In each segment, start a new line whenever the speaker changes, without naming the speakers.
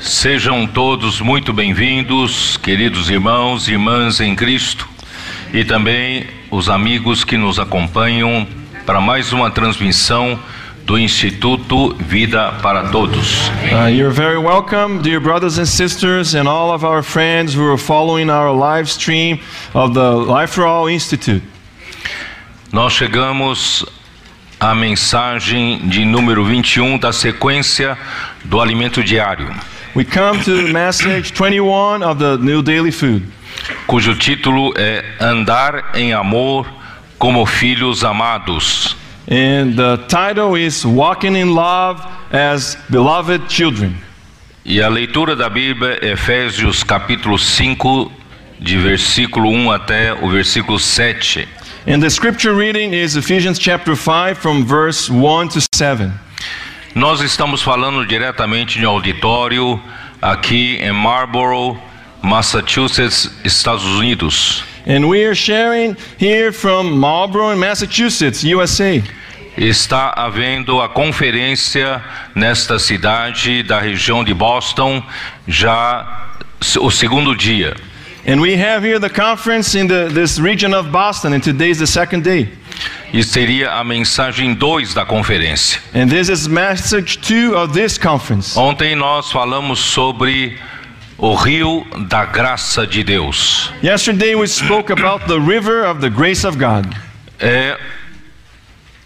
Sejam todos muito bem-vindos, queridos irmãos e irmãs em Cristo, e também os amigos que nos acompanham para mais uma transmissão do Instituto Vida para Todos.
Uh, you're very welcome, dear brothers and sisters, and all of our friends who are following our live stream of the Life for All Institute.
Nós chegamos à mensagem de número 21 da sequência do alimento diário,
We come to message 21 of the New Daily Food,
cujo título é Andar em Amor como Filhos Amados.
and the title is Walking in Love as Beloved Children.
E a leitura da Bíblia, Efésios capítulo 5, de versículo 1 até o versículo 7.
And the scripture reading is Ephesians chapter 5 from verse 1 to 7.
Nós estamos falando diretamente de um auditório aqui em Marlborough, Massachusetts, Estados Unidos.
And we are sharing here from Marlborough in Massachusetts, USA.
Está havendo a conferência nesta cidade da região de Boston, já s- o segundo dia.
And we have here the conference in the, this region of Boston, and today is the second day.
E seria a mensagem 2 da conferência.
And this is message two of this conference.
Ontem nós falamos sobre o rio da graça de Deus.
Yesterday we spoke about the river of the grace of God.
É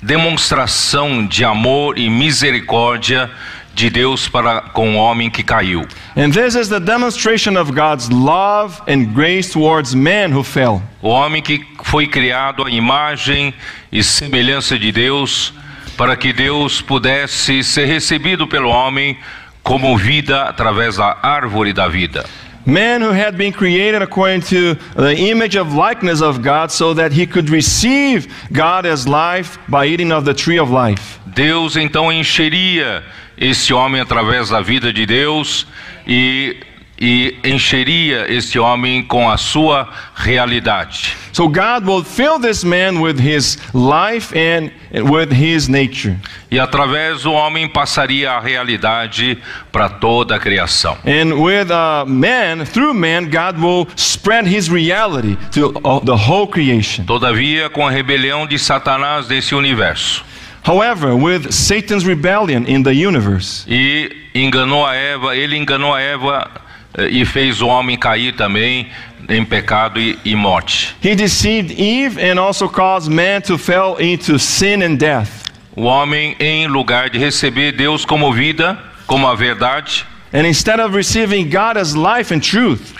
demonstração de amor e misericórdia de Deus para com o homem que caiu.
And this is the demonstration of God's love and grace towards man who fell.
O homem que foi criado à imagem e semelhança de Deus, para que Deus pudesse ser recebido pelo homem como vida através da árvore da vida.
Man who had been created according to the image of likeness of God so that he could receive God as life by eating of the tree of life.
Deus então encheria esse homem através da vida de Deus e, e encheria esse homem com a sua realidade.
So God will fill this man with his life and with his nature.
E através do homem passaria a realidade para toda a criação.
And with uh, man, through man, God will spread his reality to uh, the whole creation.
Todavia, com a rebelião de Satanás desse universo.
However, with Satan's rebellion in the universe,
E enganou a Eva, ele enganou a Eva eh, e fez o homem cair também em pecado e, e morte.
he deceived Eve and also caused man to fall into sin and death.
O homem, em lugar de receber Deus como vida, como a verdade,
And instead of receiving God as life and truth,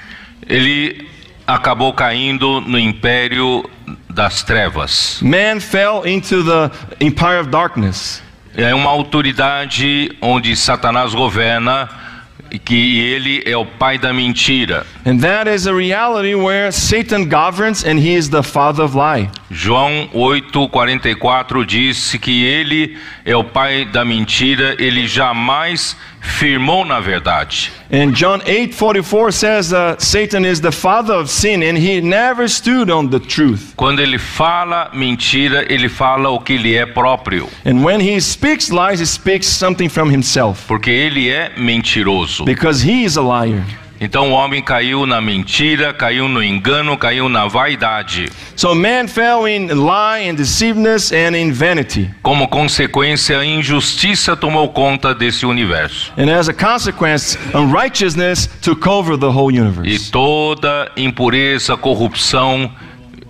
ele acabou caindo no império das trevas.
man fell into the empire of darkness.
É uma autoridade onde Satanás governa, e que ele é o pai da mentira.
And that is a reality where Satan governs and he is the father of lie.
João 8:44 disse que ele é o pai da mentira, ele jamais firmou na verdade.
And John 8:44 says that Satan is the father of sin and he never stood on the truth.
Quando ele fala mentira, ele fala o que lhe é próprio,
And when he speaks lies, he speaks something from himself
porque ele é mentiroso.
because he is a liar.
Então o homem caiu na mentira, caiu no engano, caiu na vaidade.
So man fell in lie and deceivedness and in vanity.
Como consequência, a injustiça tomou conta desse universo.
And as a consequence, unrighteousness took over the whole
E
universe.
toda impureza, corrupção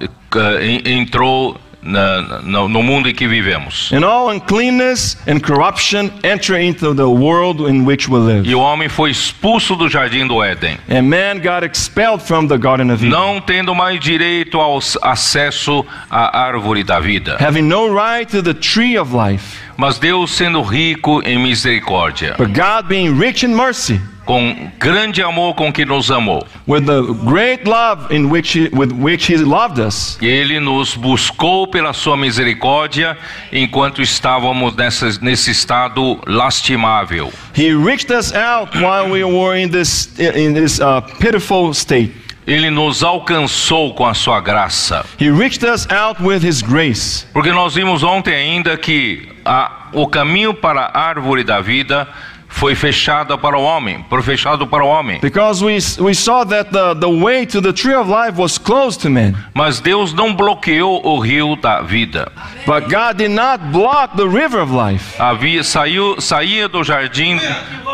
eh, ca- en- entrou na- no, no mundo em que vivemos.
And all uncleanness and corruption enter into the world in which we live.
E o homem foi expulso do jardim do Éden,
And man got expelled from the Garden of Eden,
não tendo mais direito ao s- acesso à árvore da vida.
having no right to the tree of life.
Mas Deus, sendo rico em misericórdia,
But God being rich in mercy,
com grande amor com que nos amou.
with the great love in which he, with which he loved us.
Ele nos buscou pela sua misericórdia enquanto estávamos nessa, nesse estado lastimável.
He reached us out while we were in this in this uh, pitiful state.
Ele nos alcançou com a sua graça.
He reached us out with his grace.
Porque nós vimos ontem ainda que a- o caminho para a árvore da vida foi fechado para o homem, foi fechado para o homem.
Because we, we saw that the, the way to the tree of life was closed to men.
Mas Deus não bloqueou o rio da vida.
But God did not block the river of life.
Havia saiu saía do jardim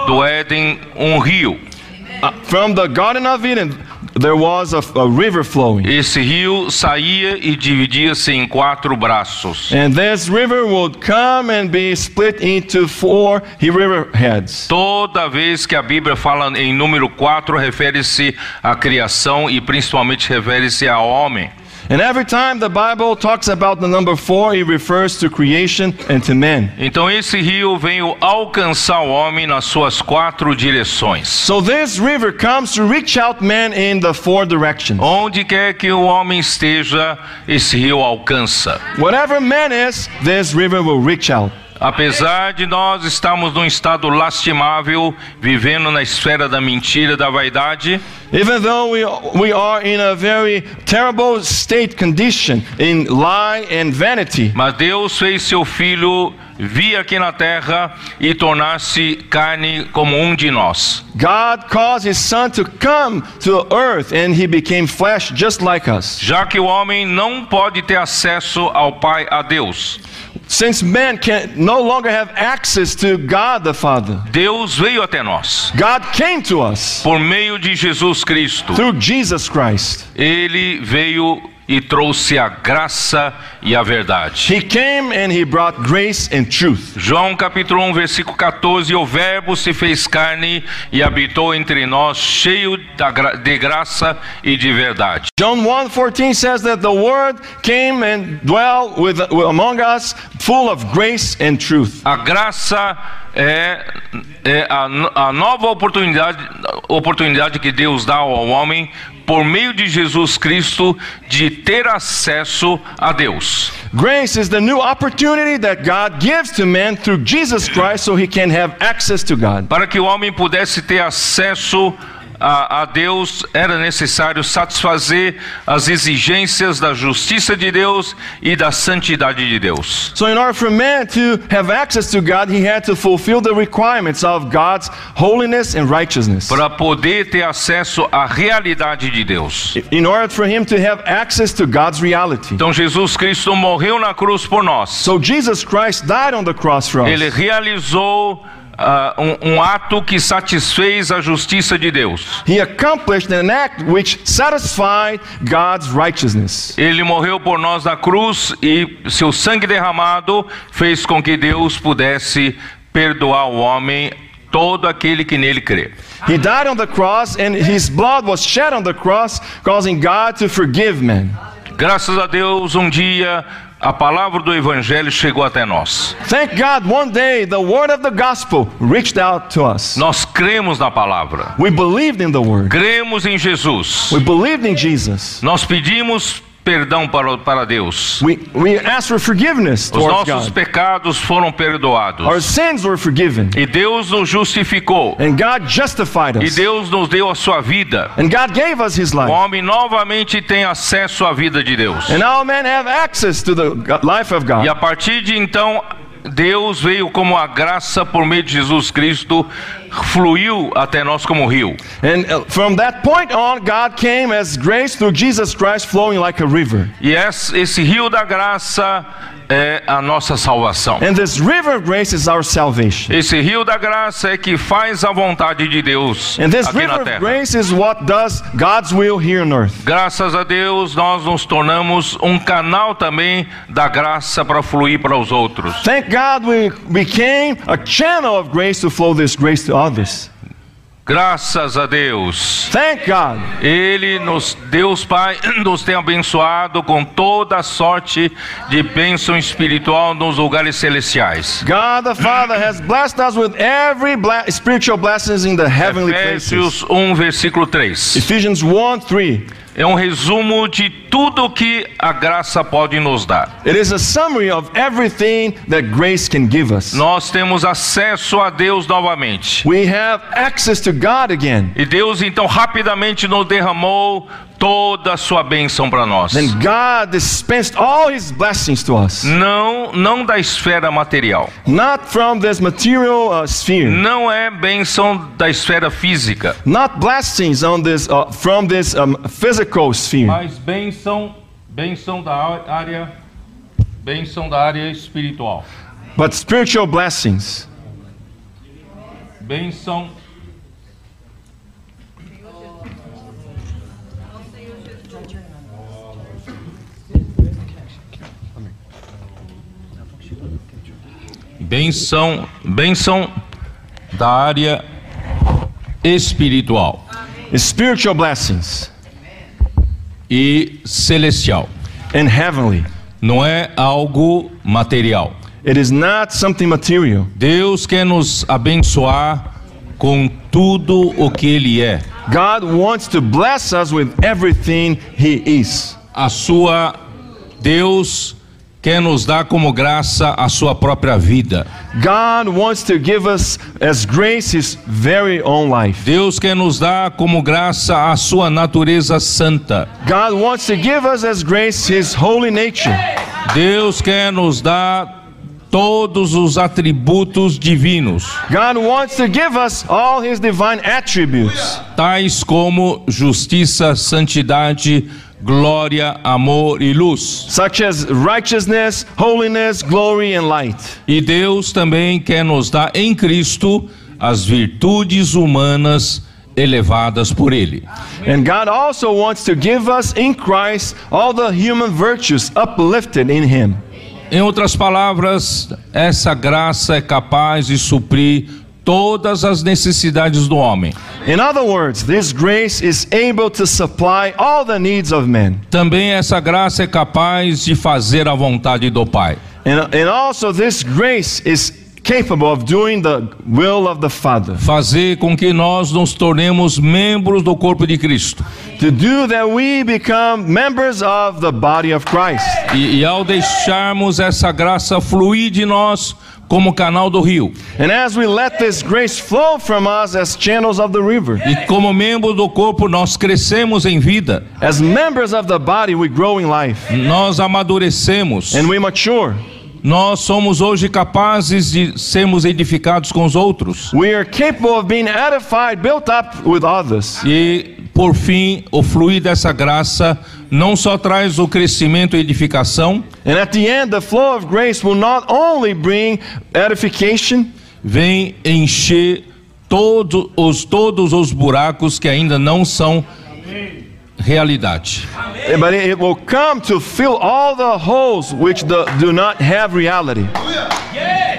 do Éden um rio.
Uh, from the Garden of Eden, there was a, a river flowing.
Esse rio saía e dividia-se em quatro braços.
And this river would come and be split into four river heads.
Toda vez que a Bíblia fala em número 4, refere-se à criação e principalmente refere-se ao homem.
And every time the Bible talks about the number four, it refers to creation and to men.
Então esse rio veio alcançar o homem nas suas quatro direções.
So this river comes to reach out men in the four directions.
Onde quer que o homem esteja, esse rio alcança.
Whatever man is, this river will reach out.
Apesar de nós estarmos num estado lastimável, vivendo na esfera da mentira, da vaidade,
Even though we, we are in a very terrible state condition in lie and vanity,
mas Deus fez seu filho vir aqui na terra e tornar-se carne como um de nós.
God caused his son to come to earth and he became flesh just like us.
Já que o homem não pode ter acesso ao Pai, a Deus.
Since man can no longer have access to God the Father,
Deus veio até nós.
God came to us
Por meio de Jesus Cristo,
through Jesus Christ.
ele veio e trouxe a graça e a verdade.
He came and he brought grace and truth.
João capítulo 1, versículo 14: O Verbo se fez carne e habitou entre nós, cheio da gra- de graça e de verdade.
John 1:14 says that the word came and dwelt with, among us full of grace and truth.
A graça é, é a, no- a nova oportunidade, oportunidade que Deus dá ao homem por meio de Jesus Cristo de ter acesso a Deus.
Grace is the new opportunity that God gives to man through Jesus Christ so he can have access to God.
Para que o homem pudesse ter acesso a, a Deus, era necessário satisfazer as exigências da justiça de Deus e da santidade de Deus.
So, in order for man to have access to God, he had to fulfill the requirements of God's holiness and righteousness.
Para poder ter acesso à realidade de Deus.
In order for him to have access to God's reality.
Então, Jesus Cristo morreu na cruz por nós.
So, Jesus Christ died on the cross for
Ele
us.
realizou ah, um, um ato que satisfez a justiça de Deus.
He accomplished an act which satisfied God's righteousness.
Ele morreu por nós na cruz e seu sangue derramado fez com que Deus pudesse perdoar o homem, todo aquele que nele crê.
He died on the cross, and his blood was shed on the cross, causing God to forgive men.
Graças a Deus, um dia a palavra do Evangelho chegou até nós.
Thank God, one day the word of the gospel reached out to us.
Nós cremos na palavra,
We believed in the word,
cremos em Jesus.
we believed in Jesus.
Nós pedimos perdão para, para Deus.
We, we asked for forgiveness
Os
towards
nossos
God.
pecados foram perdoados.
Our sins were forgiven,
E Deus nos justificou.
and God justified
E
us,
Deus nos deu a sua vida.
and God gave us his
O
life.
homem novamente tem acesso à vida de Deus.
And all men have access to the go- life of
E
God.
a partir de então, Deus veio como a graça por meio de Jesus Cristo, fluiu até nós como rio.
And uh, from that point on, God came as grace through Jesus Christ flowing like a river.
E es- esse rio da graça é a nossa salvação.
And this river of grace is our salvation.
Esse rio da graça é que faz a vontade de Deus
And this
aqui
river
na
of
terra.
grace is what does God's will here on earth.
Graças a Deus, nós nos tornamos um canal também da graça para fluir para os outros.
Thank God we became a channel of grace to flow this grace to others.
Graças a Deus.
Thank God.
Ele nos, Deus Pai, nos tem abençoado com toda sorte de bênção espiritual nos lugares celestiais.
God the Father has blessed us with every bla- spiritual blessings in the heavenly places.
Efésios 1, versículo 3.
Ephesians 1 3.
É um resumo de tudo que a graça pode nos dar.
It is a summary of everything that grace can give us.
Nós temos acesso a Deus novamente.
We have access to God again.
E Deus então rapidamente nos derramou toda a sua bênção para nós.
Then God dispensed all his blessings to us.
Não, não da esfera material.
Not from this material uh, sphere.
Não é bênção da esfera física,
Not blessings on this, uh, from this um, physical sphere.
mas bênção, bênção da á- área, bênção da área espiritual.
But spiritual blessings.
Bênção Benção, benção da área espiritual
Spiritual blessings.
e celestial.
And heavenly.
Não é algo material.
It is not something material.
Deus quer nos abençoar com tudo o que Ele é.
God wants to bless us with everything He is.
A sua Deus quer nos dar como graça a sua própria vida.
God wants to give us as grace His very own life.
Deus quer nos dar como graça a sua natureza santa.
God wants to give us as grace His holy nature.
Deus quer nos dar todos os atributos divinos,
God wants to give us all His divine attributes,
tais como justiça, santidade, glória, amor e luz.
such as righteousness, holiness, glory, and light.
E Deus também quer nos dar em Cristo as virtudes humanas elevadas por Ele.
And God also wants to give us in Christ all the human virtues uplifted in Him.
Em outras palavras, essa graça é capaz de suprir todas as necessidades do homem.
In other words, this grace is able to supply all the needs of men.
Também essa graça é capaz de fazer a vontade do Pai.
And, and also, this grace is capable of doing the will of the Father.
fazer com que nós nos tornemos membros do corpo de Cristo.
To do that, we become members of the body of Christ.
E, e ao deixarmos essa graça fluir de nós como canal do rio
And as we let this grace flow from us as channels of the river,
e como membro do corpo nós crescemos em vida,
as members of the body, we grow in life
nós amadurecemos,
and we mature.
nós somos hoje capazes de sermos edificados com os outros
We are capable of being edified, built up with others.
e por fim o fluir dessa graça não só traz o crescimento e edificação,
And at the end, the flow of grace will not only bring edification,
vem encher todo, os, todos os buracos que ainda não são realidade.
but it will come to fill all the holes which the, do not have reality.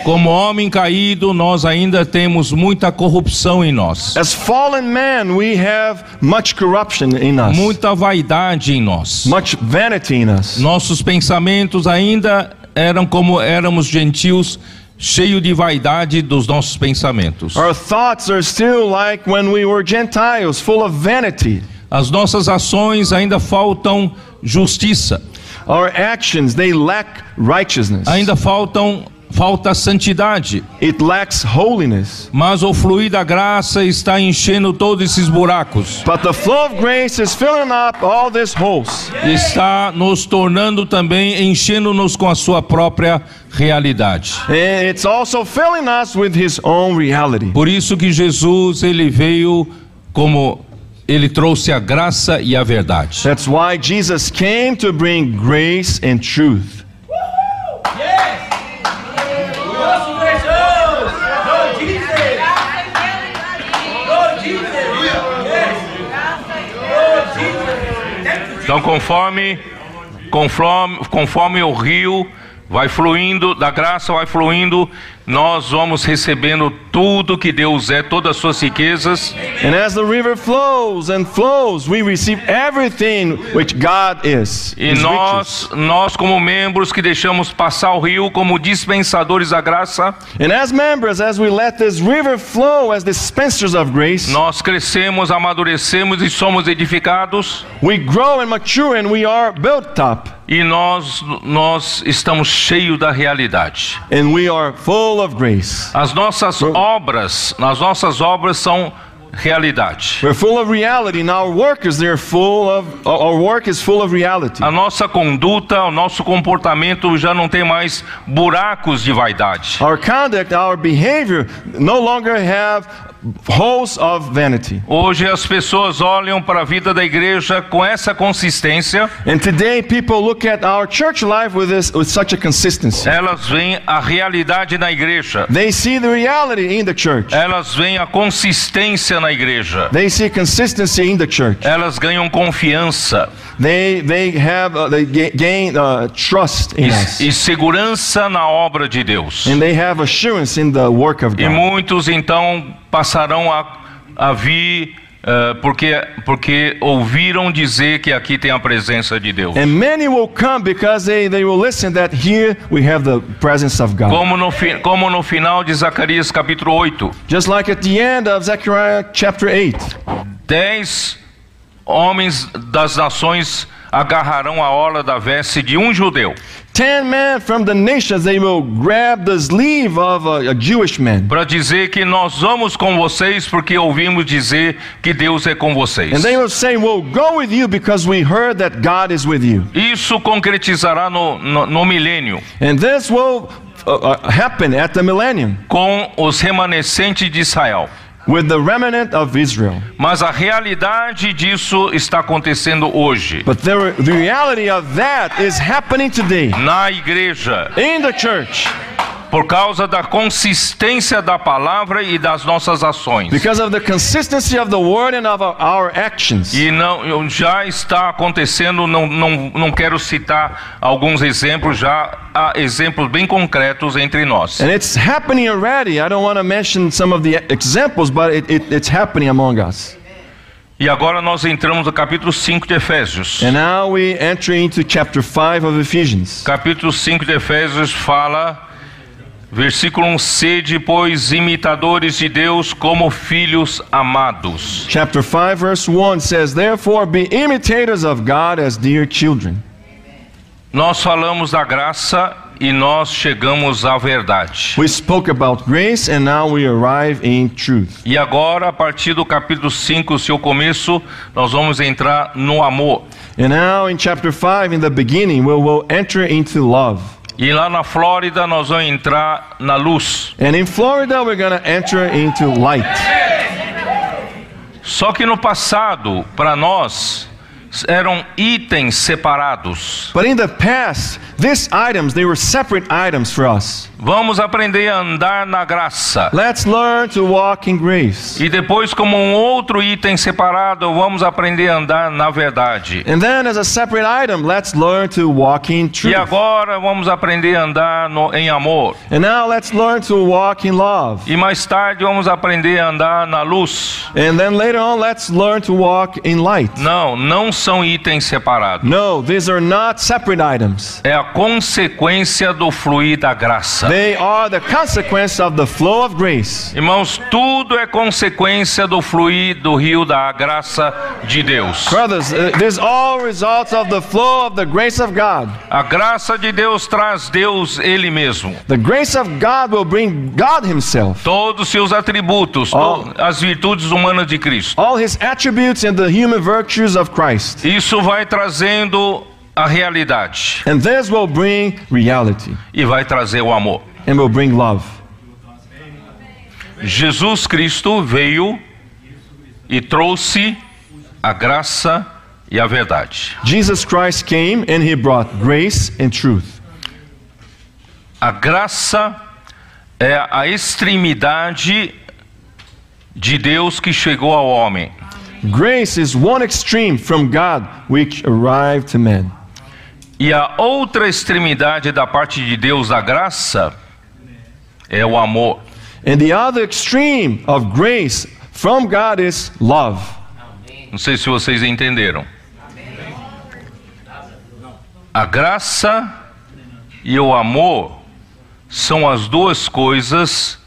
Como homem caído, nós ainda temos muita corrupção em nós,
As fallen man, we have much corruption in us,
muita vaidade em nós.
much vanity in us.
Nossos pensamentos ainda eram como éramos gentios, cheio de vaidade dos nossos pensamentos.
Our thoughts are still like when we were Gentiles, full of vanity.
As nossas ações ainda faltam justiça,
Our actions, they lack righteousness.
ainda faltam falta santidade.
It lacks holiness.
Mas o fluir da graça está enchendo todos esses buracos.
But the flow of grace is filling up all these holes.
Está nos tornando também, enchendo-nos com a sua própria realidade.
And it's also filling us with his own reality.
Por isso que Jesus, ele veio como ele trouxe a graça e a verdade.
That's why Jesus came to bring grace and truth.
Então, conforme conforme conforme o rio vai fluindo, da graça vai fluindo, nós vamos recebendo tudo que Deus é, todas as suas riquezas,
And as the river flows and flows, we receive everything which God is.
e
His riches.
nós, nós como membros que deixamos passar o rio como dispensadores da graça,
And as members, as we let this river flow as dispensers of grace,
nós crescemos, amadurecemos e somos edificados,
we grow and mature and we are built up
e nós, nós estamos cheios da realidade.
and we are full of grace.
As nossas obras, as nossas obras são realidade.
We're full of reality. And our work is they're full of our- our work is full of reality.
A nossa conduta, o nosso comportamento já não tem mais buracos de vaidade.
Our conduct, our behavior no longer have holes of vanity.
Hoje as pessoas olham para a vida da igreja com essa consistência,
And today people look at our church life with this with such a consistency.
elas veem a realidade na igreja,
They see the reality in the church.
elas veem a consistência na igreja,
They see consistency in the church.
elas ganham confiança
They they have uh, they ga- gain uh, trust in us.
e, e segurança na obra de Deus.
And they have assurance in the work of
E
God.
muitos então passarão a, a vir eh, porque, porque ouviram dizer que aqui tem a presença de Deus.
And many will come because they, they will listen that here we have the presence of God.
Como no, fi- como no final de Zacarias capítulo 8,
Just like at the end of Zechariah chapter 8,
dez homens das nações agarrarão a orla da veste de um judeu
10 men from the nations they will grab the sleeve of a, a Jewish man.
para dizer que nós vamos com vocês porque ouvimos dizer que Deus é com vocês.
And they will say, We'll go with you because we heard that God is with you.
Isso concretizará no, no, no milênio
And this will uh, uh, happen at the millennium
com os remanescentes de Israel.
with the remnant of Israel.
Mas a realidade disso está acontecendo hoje,
But the, the reality of that is happening today
na igreja,
in the church
por causa da consistência da palavra e das nossas ações.
because of the consistency of the word and of our, our actions.
E não, já está acontecendo, não, não, não quero citar alguns exemplos, já há exemplos bem concretos entre nós.
And it's happening already. I don't want to mention some of the examples, but it, it, it's happening among us.
E agora nós entramos no capítulo 5 de Efésios.
And now we enter into chapter 5 of Ephesians.
Capítulo 5 de Efésios fala, versículo 1: Sede, pois, imitadores de Deus como filhos amados.
Chapter 5, verse 1 says, Therefore be imitators of God as dear children.
Nós falamos da graça e nós chegamos à verdade.
We spoke about grace, and now we arrive in truth.
E agora, a partir do capítulo 5, seu começo, nós vamos entrar no amor.
And now in chapter 5, in the beginning, we will enter into love.
E lá na Flórida, nós vamos entrar na luz.
And in Florida, we're going to enter into light.
Só que no passado, para nós, eram itens separados.
But in the past, these items, they were separate items for us.
Vamos aprender a andar na graça.
Let's learn to walk in grace.
E depois, como um outro item separado, vamos aprender a andar na verdade.
And then, as a separate item, let's learn to walk in
E
truth.
agora, vamos aprender a andar no- em amor.
And now, let's learn to walk in love.
E mais tarde vamos aprender a andar na luz.
And then later on, let's learn to walk in light.
Não, não são itens separados.
No, these are not separate items.
É a consequência do fluir da graça.
They are the consequence of the flow of grace.
Irmãos, tudo é consequência do fluir do rio da graça de Deus.
Brothers, uh, this all results of the flow of the grace of God.
A graça de Deus traz Deus Ele mesmo.
The grace of God will bring God Himself.
Todos os seus atributos, to- as virtudes humanas de Cristo.
All His attributes and the human virtues of Christ.
Isso vai trazendo a realidade
And this will bring reality
e vai trazer o amor.
and will bring love.
Jesus Cristo veio e trouxe a graça e a verdade.
Jesus Christ came and he brought grace and truth.
A graça é a extremidade de Deus que chegou ao homem.
Grace is one extreme from God which arrived to man.
E a outra extremidade da parte de Deus da graça é o amor.
And the other extreme of grace from God is love.
Não sei se vocês entenderam. A graça e o amor são as duas coisas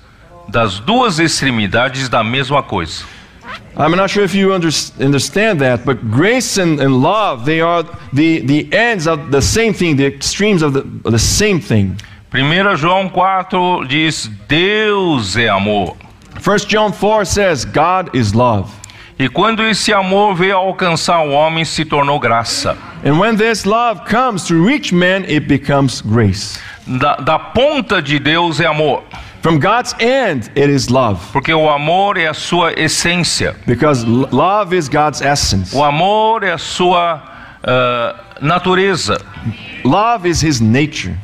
das duas extremidades da mesma coisa.
I'm not sure if you under, understand that, but grace and, and love, they are the, the ends of the same thing, the extremes of the, of the same thing.
1 João 4 diz: Deus é amor.
1 John 4 says, God is love.
E quando esse amor veio alcançar o homem, se tornou graça.
And when this love comes to reach men, it becomes grace.
Da, da ponta de Deus é amor,
From God's end, it is love,
porque o amor é a sua essência,
because l- love is God's essence.
o amor é a sua ah, natureza,
Love is His nature.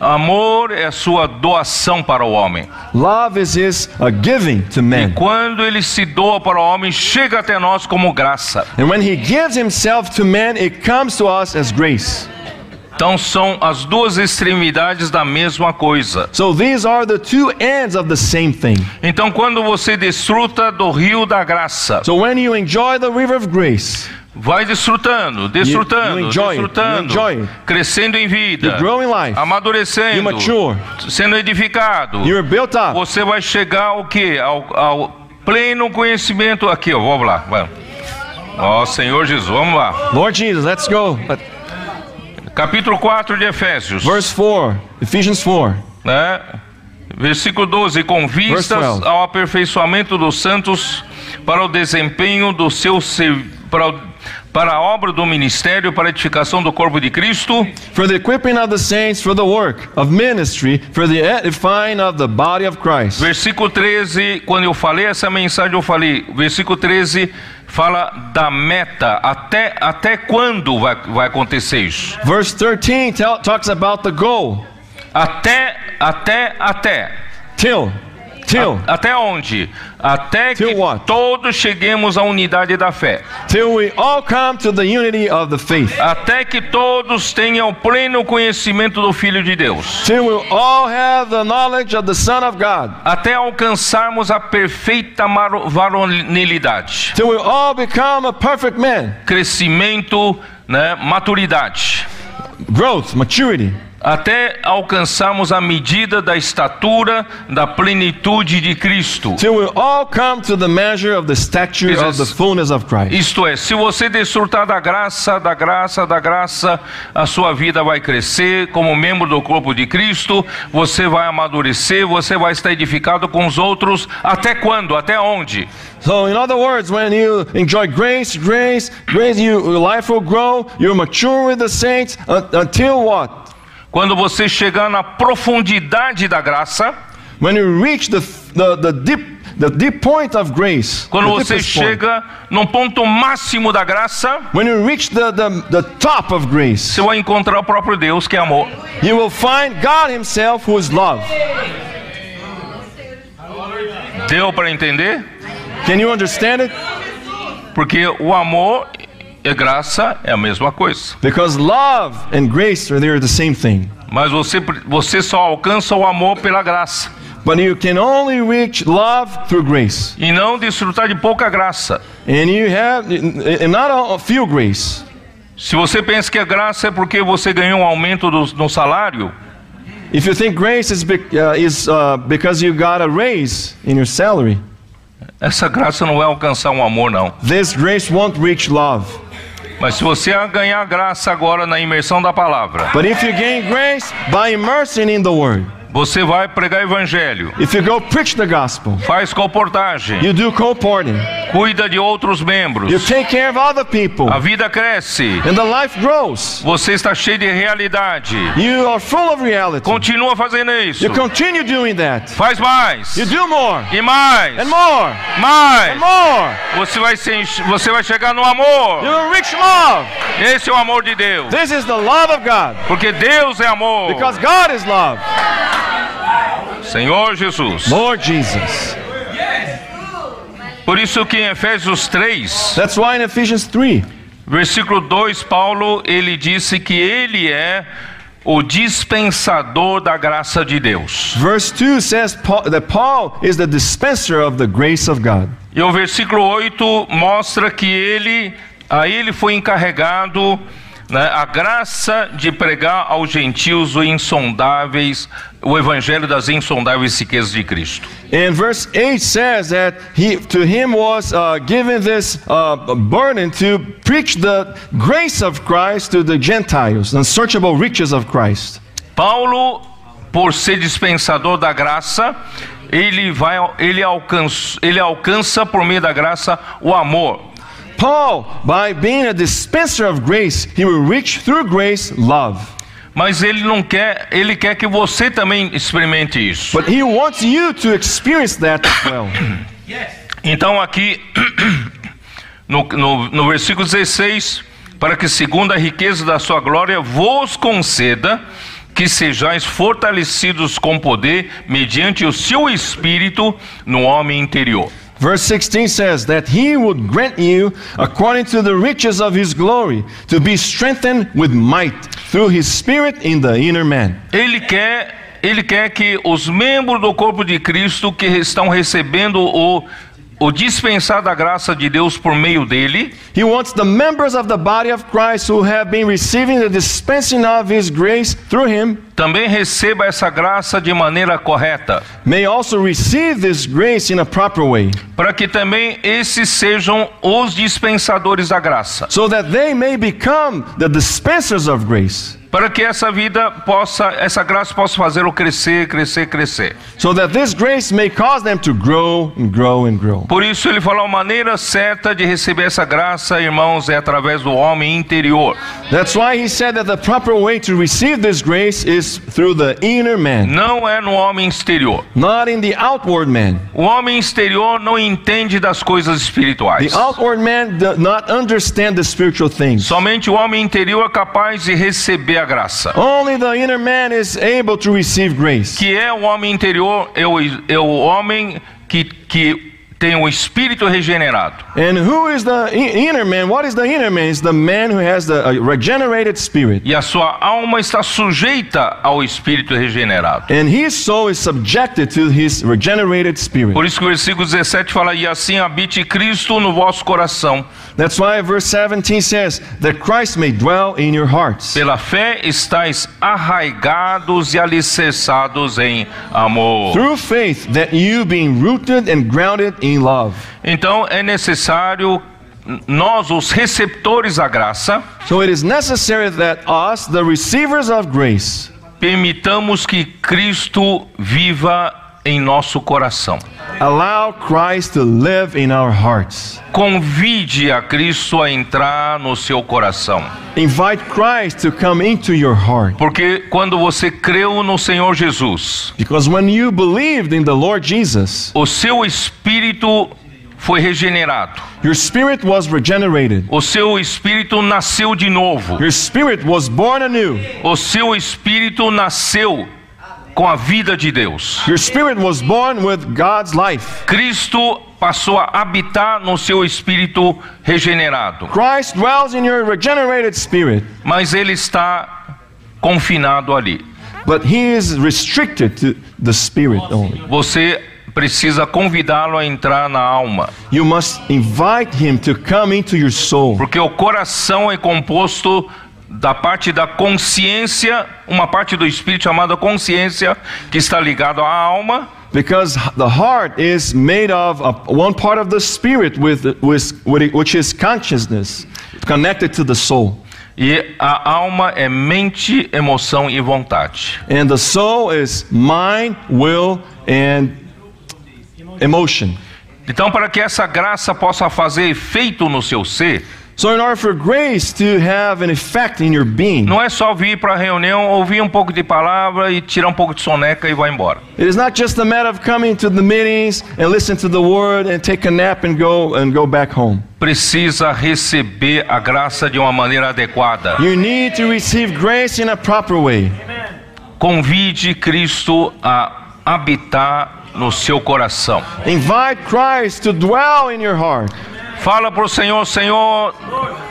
amor é a sua doação para o homem.
Love is His uh, giving to men.
Quando ele se doa para o homem, chega até nós como graça.
And when He gives Himself to men, it comes to us as grace.
Então são as duas extremidades da mesma coisa.
So these are the two ends of the same thing.
Então quando você desfruta do rio da graça,
So when you enjoy the river of grace,
vai desfrutando, desfrutando,
you enjoy it,
desfrutando,
you enjoy it.
crescendo em vida,
You grow in life.
amadurecendo,
You mature.
sendo edificado.
you're built up.
Você vai chegar ao que? Ao, ao pleno conhecimento aqui, ó, vamos lá. vai. Ó Senhor Jesus, vamos lá.
Lord Jesus, let's go. But
Capítulo 4 de Efésios.
verse 4, Ephesians 4.
né? Versículo 12: Com vistas
12.
ao aperfeiçoamento dos santos para o desempenho do seu ser- para, o- para a obra do ministério, para a edificação do corpo de Cristo,
For the equipping of the saints, for the work of ministry, for the edifying of the body of Christ.
versículo 13. Quando eu falei essa mensagem, eu falei, versículo 13 fala da meta, até, até quando vai, vai acontecer isso?
Verse 13 tell, talks about the goal.
Até, até, até.
Till. Till.
Até onde? Até que
Till what?
todos cheguemos à unidade da fé.
Till we all come to the unity of the faith.
até que todos tenham pleno conhecimento do Filho de Deus,
Till we all have the knowledge of the Son of God.
até alcançarmos a perfeita maro- varonilidade,
Till we all become a perfect man.
crescimento, né, maturidade,
Growth, maturity.
até alcançarmos a medida da estatura da plenitude de Cristo.
Till we all come to the measure of the stature of the fullness of Christ.
Isto é, se você desfrutar da graça, da graça, da graça, a sua vida vai crescer como membro do corpo de Cristo, você vai amadurecer, você vai estar edificado com os outros. Até quando? Até onde?
So, in other words, when you enjoy grace, grace, grace, you, your life will grow. You'll mature with the saints un- until what?
Quando você chegar na profundidade da graça,
When you reach the the, the deep the deep point of grace.
quando
the
você
deepest point.
chega num ponto máximo da graça,
When you reach the, the, the top of grace,
você vai encontrar o próprio Deus que é amor.
you will find God Himself who is love.
Deu para entender?
Can you understand it?
Porque o amor e graça é a mesma coisa.
Because love and grace are they are the same thing.
Mas você, você só alcança o amor pela graça.
But you can only reach love through grace.
E não desfrutar de pouca graça.
And you have and not a few grace.
Se você pensa que a graça é porque você ganhou um aumento do, no salário,
If you think grace is, be, uh, is uh, because you got a raise in your salary,
essa graça não vai alcançar um amor, não.
this grace won't reach love.
Mas se você ganhar graça agora na imersão da palavra,
But if you gain grace by immersing in the Word,
Você vai pregar evangelho,
if you go preach the gospel,
faz comportagem,
you do comporting,
cuida de outros
you
membros,
take care of other people,
a vida cresce,
and the life grows.
você está cheio de realidade.
You are full of reality.
Continua fazendo isso.
You continue doing that.
Faz mais.
You do more
E mais.
and more and
Mais.
more.
Você vai, se enche- você vai chegar no
You
amor.
will reach love.
Esse é o amor de Deus.
This is the love of God
Porque Deus é amor.
because God is love.
Senhor Jesus.
Lord Jesus.
Por isso que em Efésios 3,
That's why in Ephesians 3,
versículo 2, Paulo, ele disse que ele é o dispensador da graça de Deus.
Verse 2 says Paul, that Paul is the dispenser of the grace of God.
E o versículo 8 mostra que ele, a ele foi encarregado né, a graça de pregar aos gentios o insondáveis, o evangelho das insondáveis riquezas de Cristo.
And verse 8 says that he, to him was uh, given this uh, burden to preach the grace of Christ to the Gentiles, unsearchable riches of Christ.
Paulo, por ser dispensador da graça, ele vai, ele alcança, ele alcança por meio da graça o amor.
Paul, by being a dispenser of grace, he will reach through grace love.
Mas ele não quer, ele quer que você também experimente isso.
But he wants you to experience that as well.
Então aqui no, no, no versículo 16, para que segundo a riqueza da sua glória vos conceda que sejais fortalecidos com poder mediante o seu espírito no homem interior.
Verse 16 says that he would grant you, according to the riches of his glory, to be strengthened with might through his spirit in the inner man.
Ele quer, ele quer que os membros do corpo de Cristo que estão recebendo o o dispensar da graça de Deus por meio dele,
He wants the members of the body of Christ who have been receiving the dispensing of his grace through him
também receba essa graça de maneira correta,
may also receive this grace in a proper way,
para que também esses sejam os dispensadores da graça,
so that they may become the dispensers of grace,
para que essa vida possa, essa graça possa fazê-lo crescer, crescer, crescer.
so that this grace may cause them to grow and grow and grow.
Por isso ele falou a maneira certa de receber essa graça, irmãos, é através do homem interior.
That's why he said that the proper way to receive this grace is through the inner man,
Não é no homem exterior.
not in the outward man.
O homem exterior não entende das coisas
The
espirituais.
outward man does not understand the spiritual things.
Somente o homem interior é capaz de receber a graça.
Only the inner man is able to receive grace.
Que é o homem interior, é o, é o homem que, que tem o espírito regenerado.
And who is the in- inner man? What is the inner man? It's the man who has the uh, regenerated spirit.
E a sua alma está sujeita ao espírito regenerado.
And his soul is subjected to his regenerated spirit.
Por isso que o versículo 17 fala: E assim habite Cristo no vosso coração.
That's why verse 17 says that Christ may dwell in your hearts.
Pela fé estáis arraigados e alicerçados em amor.
Through faith that you being rooted and grounded in love.
Então é necessário nós, os receptores da graça,
So it is necessary that us, the receivers of grace,
permitamos que Cristo viva em nosso coração.
allow Christ to live in our hearts.
Convide a Cristo a entrar no seu coração.
Invite Christ to come into your heart.
Porque quando você creu no Senhor Jesus,
Because when you believed in the Lord Jesus,
o seu espírito foi regenerado.
your spirit was regenerated.
O seu espírito nasceu de novo.
Your spirit was born anew.
O seu espírito nasceu com a vida de Deus.
Your spirit was born with God's life.
Cristo passou a habitar no seu espírito regenerado,
Christ dwells in your regenerated spirit,
mas ele está confinado ali.
but he is restricted to the spirit only.
Você precisa convidá-lo a entrar na alma,
You must invite him to come into your soul.
porque o coração é composto da parte da consciência, uma parte do espírito chamada consciência, que está ligado à alma,
Because the heart is made of a, one part of the spirit, with, with, which is consciousness, connected to the soul.
e a alma é mente, emoção e vontade.
And the soul is mind, will, and emotion.
Então, para que essa graça possa fazer efeito no seu ser,
So, in order for grace to have an effect in your being,
não é só vir para a reunião, ouvir um pouco de palavra e tirar um pouco de soneca e vai embora.
it is not just a matter of coming to the meetings and listen to the word and take a nap and go and go back home.
Precisa receber a graça de uma maneira adequada.
You need to receive grace in a proper way.
Convide Cristo a habitar no seu coração.
Invite Christ to dwell in your heart.
Fala para o Senhor, Senhor,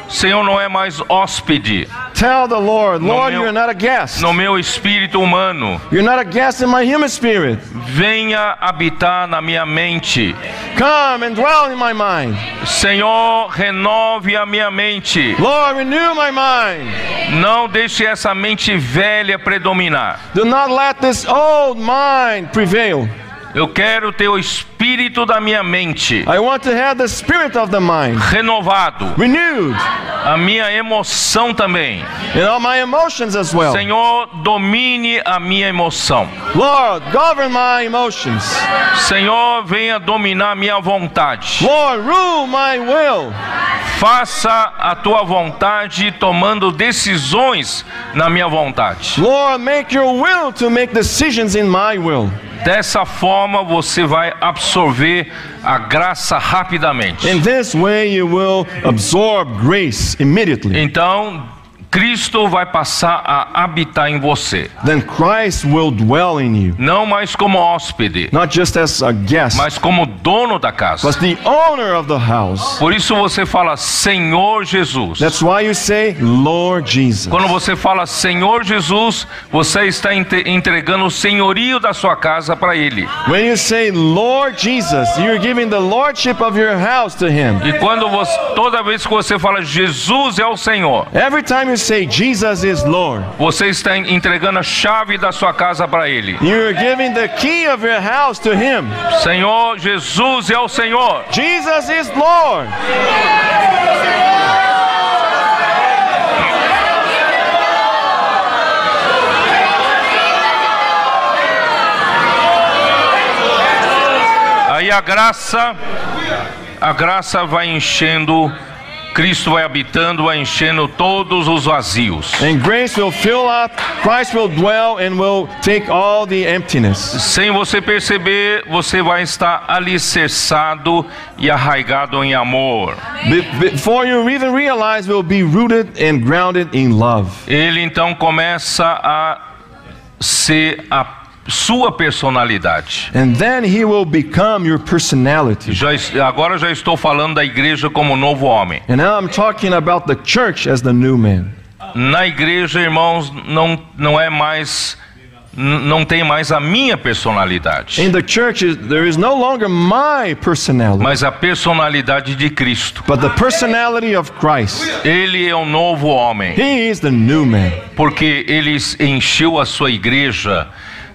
Senhor não é mais hóspede
Tell the Lord, Lord,
meu-
you're not a guest.
no meu espírito humano.
You're not a guest in my human spirit.
Venha habitar na minha mente.
Come and dwell in my mind.
Senhor, renove a minha mente.
Lord, renew my mind.
Não deixe essa mente velha predominar.
Do not let this old mind prevail.
Eu quero ter o espírito da minha mente
I want to have the spirit of the mind
renovado,
renewed
a minha emoção também.
in all my emotions as well.
Senhor, domine a minha emoção.
Lord, govern my emotions.
Senhor, venha dominar a minha vontade.
Lord, rule my will.
Faça a tua vontade tomando decisões na minha vontade.
Lord, make your will to make decisions in my will.
Dessa forma você vai absorver a graça rapidamente.
In this way, you will absorb grace immediately.
Então, Cristo vai passar a habitar em você,
Then Christ will dwell in you,
não mais como hóspede,
not just as a guest,
mas como dono da
but
casa.
the owner of the house.
Por isso você fala Senhor Jesus.
That's why you say, Lord Jesus.
Quando você fala Senhor Jesus, você está entre- entregando o senhorio da sua casa para Ele.
When you say, Lord Jesus, you're giving the lordship of your house to Him.
E quando você, toda vez que você fala Jesus é o Senhor,
Every time you say, Jesus is Lord,
você está en- entregando a chave da sua casa para Ele.
you're giving the key of your house to Him.
Senhor, Jesus é o Senhor.
Jesus is Lord.
Aí a graça, a graça vai enchendo, Cristo vai habitando, vai enchendo todos os vazios.
And grace will fill up, Christ will dwell, and will take all the emptiness.
Sem você perceber, você vai estar alicerçado e arraigado em amor.
Be- before you even realize, we'll be rooted and grounded in love.
Ele então começa a ser a sua personalidade.
And then he will become your personality.
Já es- agora já estou falando da igreja como novo homem.
And now I'm talking about the church as the new man.
Na igreja, irmãos, não, não é mais. n- Não tem mais a minha personalidade,
In the church, is- there is no longer my personality,
mas a personalidade de Cristo.
but the personality of Christ.
Ele é o novo homem,
He is the new man
porque ele s- encheu a sua igreja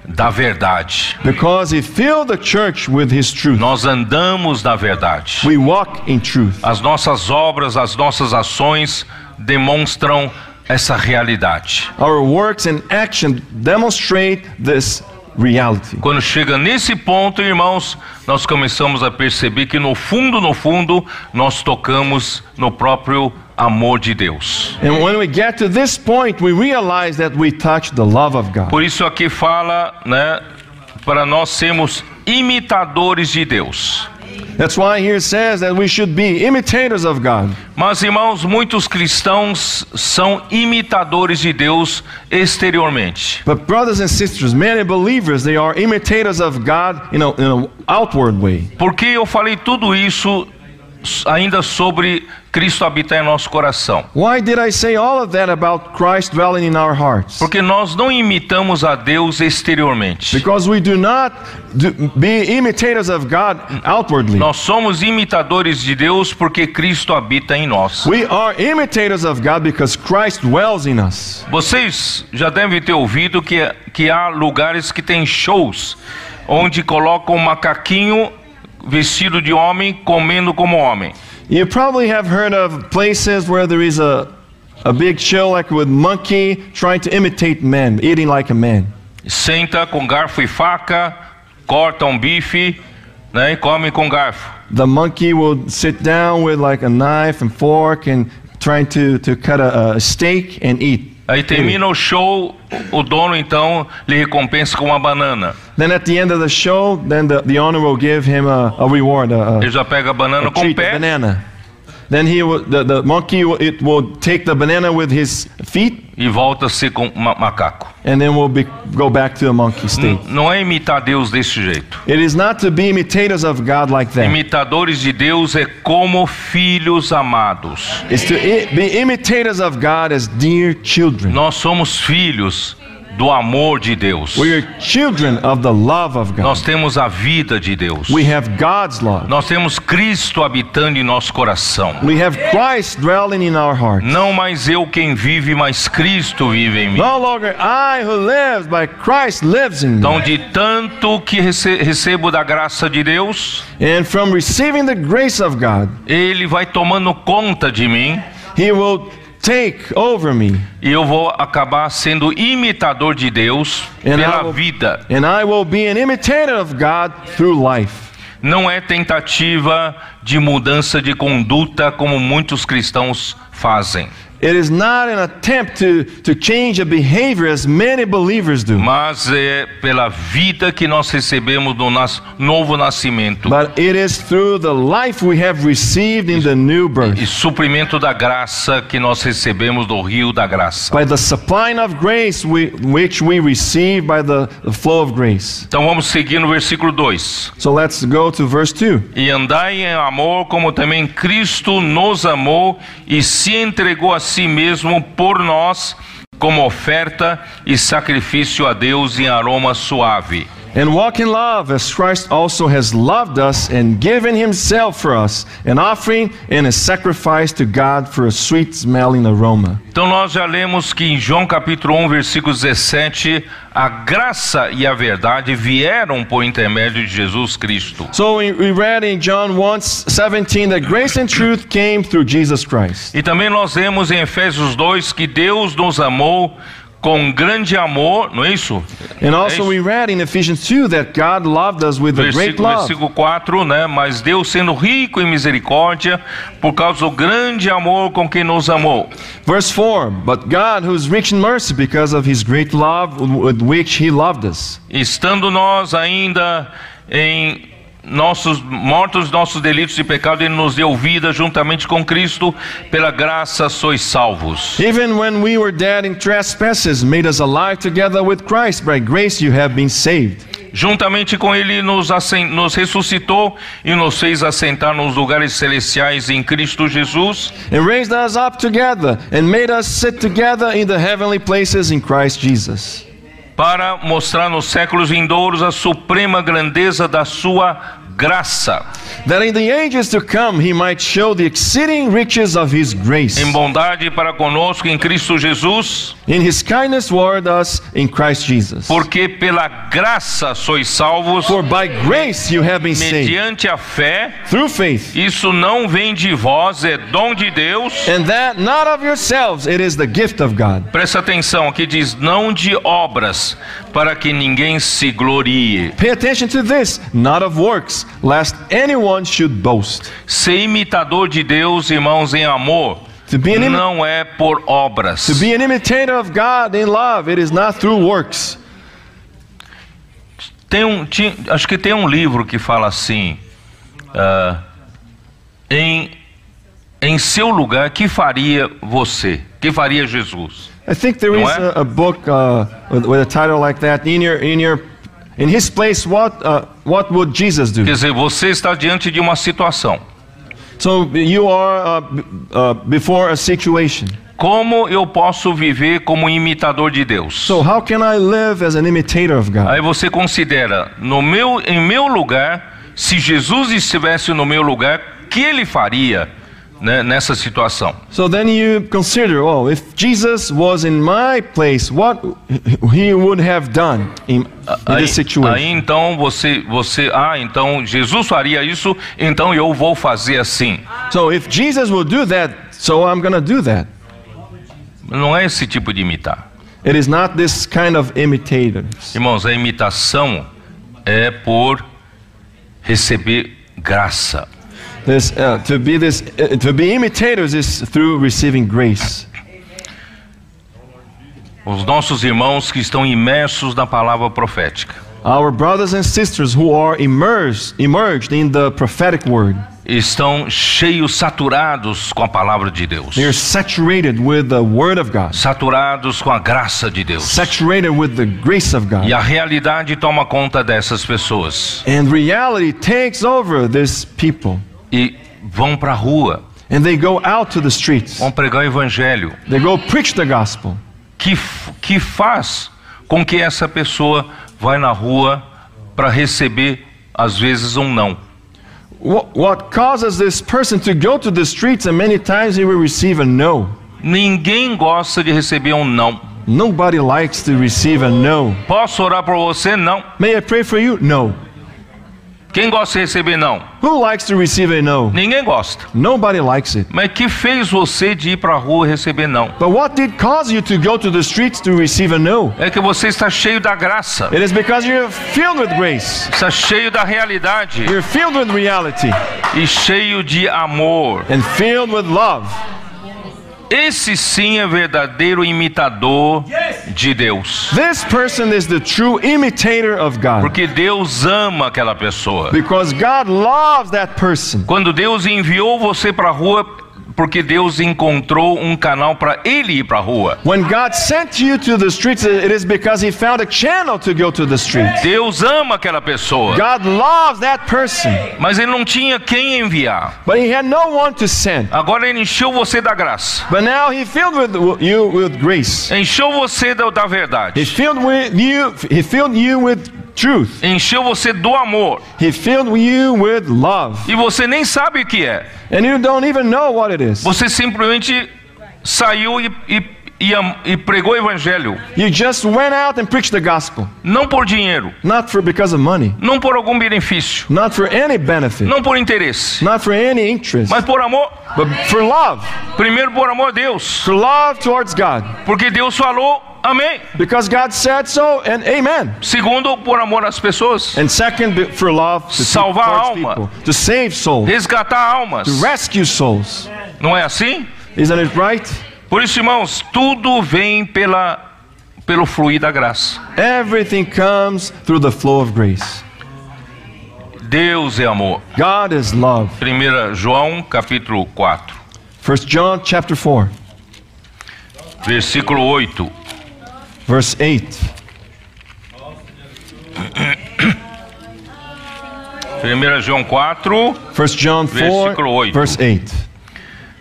da verdade.
because he filled the church with his truth.
Nós andamos na verdade.
We walk in truth.
As nossas obras, as nossas ações demonstram essa realidade.
Our works and action demonstrate this reality.
Quando chega nesse ponto, irmãos, nós começamos a perceber que no fundo, no fundo, nós tocamos no próprio amor de Deus.
And when we get to this point, we realize that we touch the love of God.
Por isso aqui fala, né, para nós sermos imitadores de Deus.
That's why here it says that we should be imitators of God.
Mas irmãos, muitos cristãos são imitadores de Deus exteriormente.
But brothers and sisters, many believers, they are imitators of God in an in a outward way.
Porque eu falei tudo isso s- ainda sobre Cristo habitar em nosso coração.
Why did I say all of that about Christ dwelling in our hearts?
Porque nós não imitamos a Deus exteriormente.
Because we do not do, be imitators of God outwardly.
Nós somos imitadores de Deus porque Cristo habita em nós.
We are imitators of God because Christ dwells in us.
Vocês já devem ter ouvido que, que há lugares que tem shows onde colocam um macaquinho vestido de homem comendo como homem.
You probably have heard of places where there is a, a big show like with monkey trying to imitate man, eating like a man.
Senta com garfo e faca, corta um bife né, e come com garfo.
the monkey will sit down with like a knife and fork and trying to, to cut a, a steak and eat.
Aí termina o show, o dono então lhe recompensa com uma banana.
Then at the end of the show, then the, the owner will give him a, a reward, a, a,
Ele já pega a banana
a
com o
treat, a
pé
banana. then he will, the, the monkey will, it will take the banana with his feet
e volta-se com ma macaco.
and then will be, go back to a monkey state.
N- Não é imitar Deus desse jeito.
It is not to be imitators of God like that.
Imitadores de Deus é como filhos amados.
It's to I- be imitators of God as dear children.
Nós somos filhos do amor de Deus.
We are children of the love of God.
Nós temos a vida de Deus.
We have God's love.
Nós temos Cristo habitando em nosso coração.
We have Christ dwelling in our heart.
Não mais eu quem vive, mas Cristo vive em mim.
No longer I who lives, but Christ lives in me.
Então, de tanto que rece- recebo da graça de Deus,
And from receiving the grace of God,
Ele vai tomando conta de mim
He will take over me,
e eu vou acabar sendo imitador de Deus
And I
pela
will-
vida.
and I will be an imitator of God through life.
Não é tentativa de mudança de conduta como muitos cristãos fazem,
It is not an attempt to, to change a behavior as many believers do,
mas é pela vida que nós recebemos do nas- novo nascimento
but it is through the life we have received in the new birth,
e suprimento da graça que nós recebemos do rio da graça.
by the supplying of grace we, which we receive by the, the flow of grace.
Então vamos seguir no versículo 2.
So let's go to verse 2.
E andai em amor, como também Cristo nos amou e se entregou a si mesmo por nós, como oferta e sacrifício a Deus em aroma suave.
And walk in love as Christ also has loved us and given himself for us, an offering and a sacrifice to God for a sweet smelling aroma.
Então nós já lemos que em João capítulo 1, versículo 17, a graça e a verdade vieram por intermédio de Jesus Cristo.
So we, we read in John 1 17 that grace and truth came through Jesus Christ.
E também nós vemos em Efésios 2 que Deus nos amou com grande amor, não é isso?
And also we read in Ephesians 2 that God loved us with a great
Versículo,
love.
versículo 4, né? Mas Deus sendo rico em misericórdia, por causa do grande amor com que nos amou.
Verse 4 But God, who is rich in mercy because of his great love with which he loved us.
Estando nós ainda em nossos mortos nossos delitos e pecado, ele nos deu vida juntamente com Cristo, pela graça sois salvos.
Even when we were dead in trespasses, made us alive together with Christ. By grace you have been saved.
Juntamente com ele nos, assen- nos ressuscitou e nos fez assentar nos lugares celestiais em Cristo Jesus.
and raised us up together and made us sit together in the heavenly places in Christ Jesus,
para mostrar nos séculos vindouros a suprema grandeza da sua graça,
that in the ages to come he might show the exceeding riches of his grace
em bondade para conosco em Cristo Jesus,
in his kindness toward us in Christ Jesus.
porque pela graça sois salvos
For by grace you have been saved
mediante a fé.
through faith,
Isso não vem de vós, é dom de Deus.
and that not of yourselves, it is the gift of God.
Presta atenção, aqui diz não de obras, para que ninguém se glorie.
Pay attention to this, not of works, lest anyone should boast.
Ser imitador de Deus, irmãos, em amor,
To be an imi-
não é por obras.
To be an imitator of God in love, it is not through works.
Tem um, ti- acho que tem um livro que fala assim, ah, em, em seu lugar, que faria você? Que faria Jesus?
I think there
Não
is
é?
a, a book uh, with, with a title like that. In your, in your, in his place, what, uh, what would Jesus
Quer
do?
dizer, você está diante de uma situação.
So you are uh, b- uh, before a situation.
Como eu posso viver como imitador de Deus?
So how can I live as an imitator of God?
Aí você considera, no meu, em meu lugar, se Jesus estivesse no meu lugar, o que ele faria né, nessa situação?
So then you consider, oh, if Jesus was in my place, what he would have done in, uh, in
Aí,
this situation.
aí, então você, você, ah, então Jesus faria isso, então eu vou fazer assim.
So if Jesus will do that, so I'm gonna do that.
Não é esse tipo de imitar.
It is not this kind of imitators.
Irmãos, a imitação é por receber graça.
This, uh, to be this, uh, to be imitators is through receiving grace.
Os nossos irmãos que estão imersos na palavra profética.
Our brothers and sisters who are immersed, emerged in the prophetic word.
estão cheios, saturados com a palavra de Deus,
They are saturated with the Word of God,
saturados com a graça de Deus.
saturated with the grace of God.
E a realidade toma conta dessas pessoas
And reality takes over these people.
e vão para a rua,
And they go out to the streets.
vão pregar o evangelho,
They go preach the gospel.
que, f- que faz com que essa pessoa vai na rua para receber às vezes um não.
What, what causes this person to go to the streets and many times he will receive a no.
Ninguém gosta de receber um não.
Nobody likes to receive a no.
Posso orar por você? Não.
May I pray for you? No.
Quem gosta de receber não?
Who likes to receive a no?
Ninguém gosta.
Nobody likes it.
Mas que fez você de ir para a rua receber não?
But what did cause you to go to the streets to receive a no?
É que você está cheio da graça,
It is because you're filled with grace.
está cheio da realidade
You're filled with reality
e cheio de amor.
and filled with love.
Esse sim é verdadeiro imitador de Deus.
This person is the true imitator of God
Porque Deus ama aquela pessoa.
because God loves that person.
Quando Deus enviou você para a rua, porque Deus encontrou um canal para ele ir para a rua.
When God sent you to the streets, it is because He found a channel to go to the streets.
Deus ama aquela pessoa,
God loves that person,
mas ele não tinha quem enviar.
but He had no one to send.
Agora ele encheu você da graça,
But now He filled with you with grace.
encheu você da, da
He
verdade,
filled with you. He filled you with truth.
encheu você do amor
He filled you with love,
e você nem sabe o que é.
and you don't even know what it is.
Você simplesmente saiu e, e- e am- e pregou o evangelho,
You just went out and preached the gospel,
não por dinheiro,
not for because of money,
não por algum benefício,
not for any benefit,
não por interesse,
not for any interest,
mas por amor.
but for love,
Primeiro por amor a Deus.
for love towards God,
Porque Deus falou, amém.
because God said so, and Amen.
Segundo, por amor às pessoas.
And second, be- for love to
Salvar a
towards
alma.
people, to save souls,
Resgatar almas.
to rescue souls.
Não é assim?
Isn't it right?
Por isso, irmãos, tudo vem pela, pelo fluir da graça.
Everything comes through the flow of grace.
Deus é amor.
God is love.
1 João, capítulo 4,
1 John chapter 4,
versículo 8.
verse 8.
1 João 4,
1 John 4,
Versículo oito.
verse 8.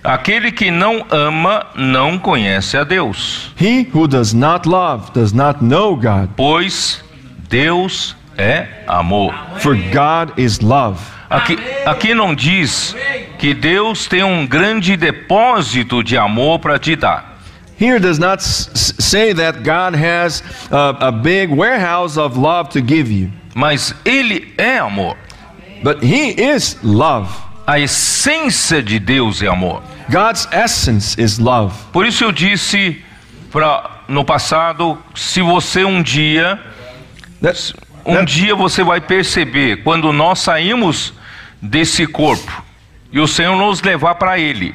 aquele que não ama não conhece a Deus,
He who does not love does not know God,
pois Deus é amor.
for God is love.
Aqui, aqui não diz que Deus tem um grande depósito de amor para te dar.
Here does not s- s- say that God has a, a big warehouse of love to give you,
Mas ele é amor.
but He is love.
A essência de Deus é amor.
God's essence is love.
Por isso eu disse pra, no passado, se você um dia,
That's,
um
that-
dia você vai perceber quando nós saímos desse corpo e o Senhor nos levar para ele.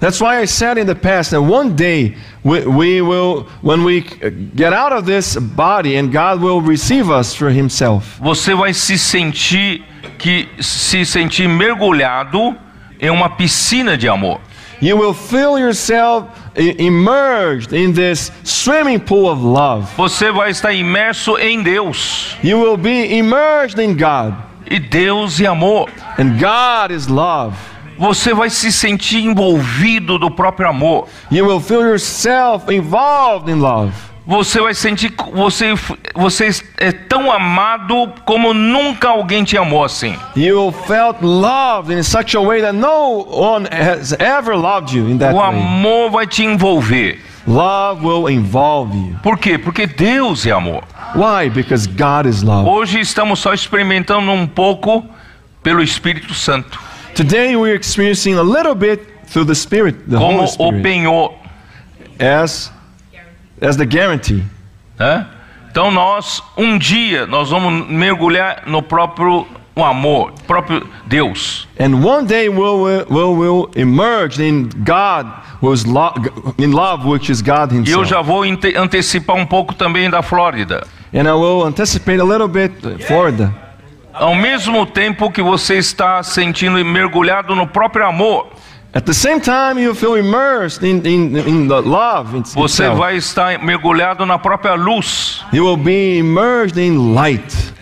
that's why I said in the past that one day we, we will, when we uh, get out of this body, and God will receive us for Himself.
Você vai se sentir que se sentir mergulhado em uma piscina de amor.
You will feel yourself i- immersed in this swimming pool of love.
Você vai estar imerso em Deus.
You will be immersed in God,
E Deus é amor.
and God is love.
Você vai se sentir envolvido do próprio amor.
You will feel yourself involved in love.
Você vai sentir que você você é tão amado como nunca alguém te amou assim.
You will felt loved in such a way that no one has ever loved you in that
O
way.
amor vai te envolver.
Love will involve you.
Por quê? Porque Deus é amor.
Why? Because God is love.
Hoje estamos só experimentando um pouco pelo Espírito Santo,
Today we're experiencing a little bit through the Spirit, the
como
Holy
o
Spirit,
penhor,
as as the guarantee.
né? Então nós um dia nós vamos mergulhar no próprio o amor, próprio Deus.
And one day we'll, we'll, we'll emerge in God, who's lo- in love, which is God
E eu
Himself.
já vou ante- antecipar um pouco também da Flórida.
And I will anticipate a little bit uh, Florida.
Ao mesmo tempo que você está sentindo e mergulhado no próprio amor,
At the same time, you feel immersed in, in, in the love. It's,
você
itself.
vai estar mergulhado na própria luz.
You will be immersed in light.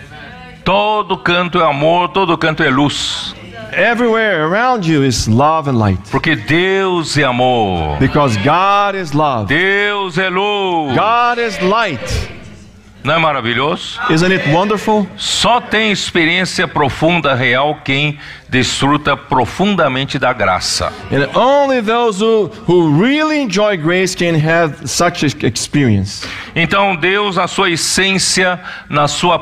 Todo canto é amor, todo canto é luz.
Everywhere around you is love and light.
Porque Deus é amor.
Because God is love.
Deus é luz.
God is light.
Não é maravilhoso?
Isn't it wonderful?
Só tem experiência profunda real quem desfruta profundamente da graça.
And only those who, who really enjoy grace can have such ex- experience.
Então, Deus, na sua essência, na sua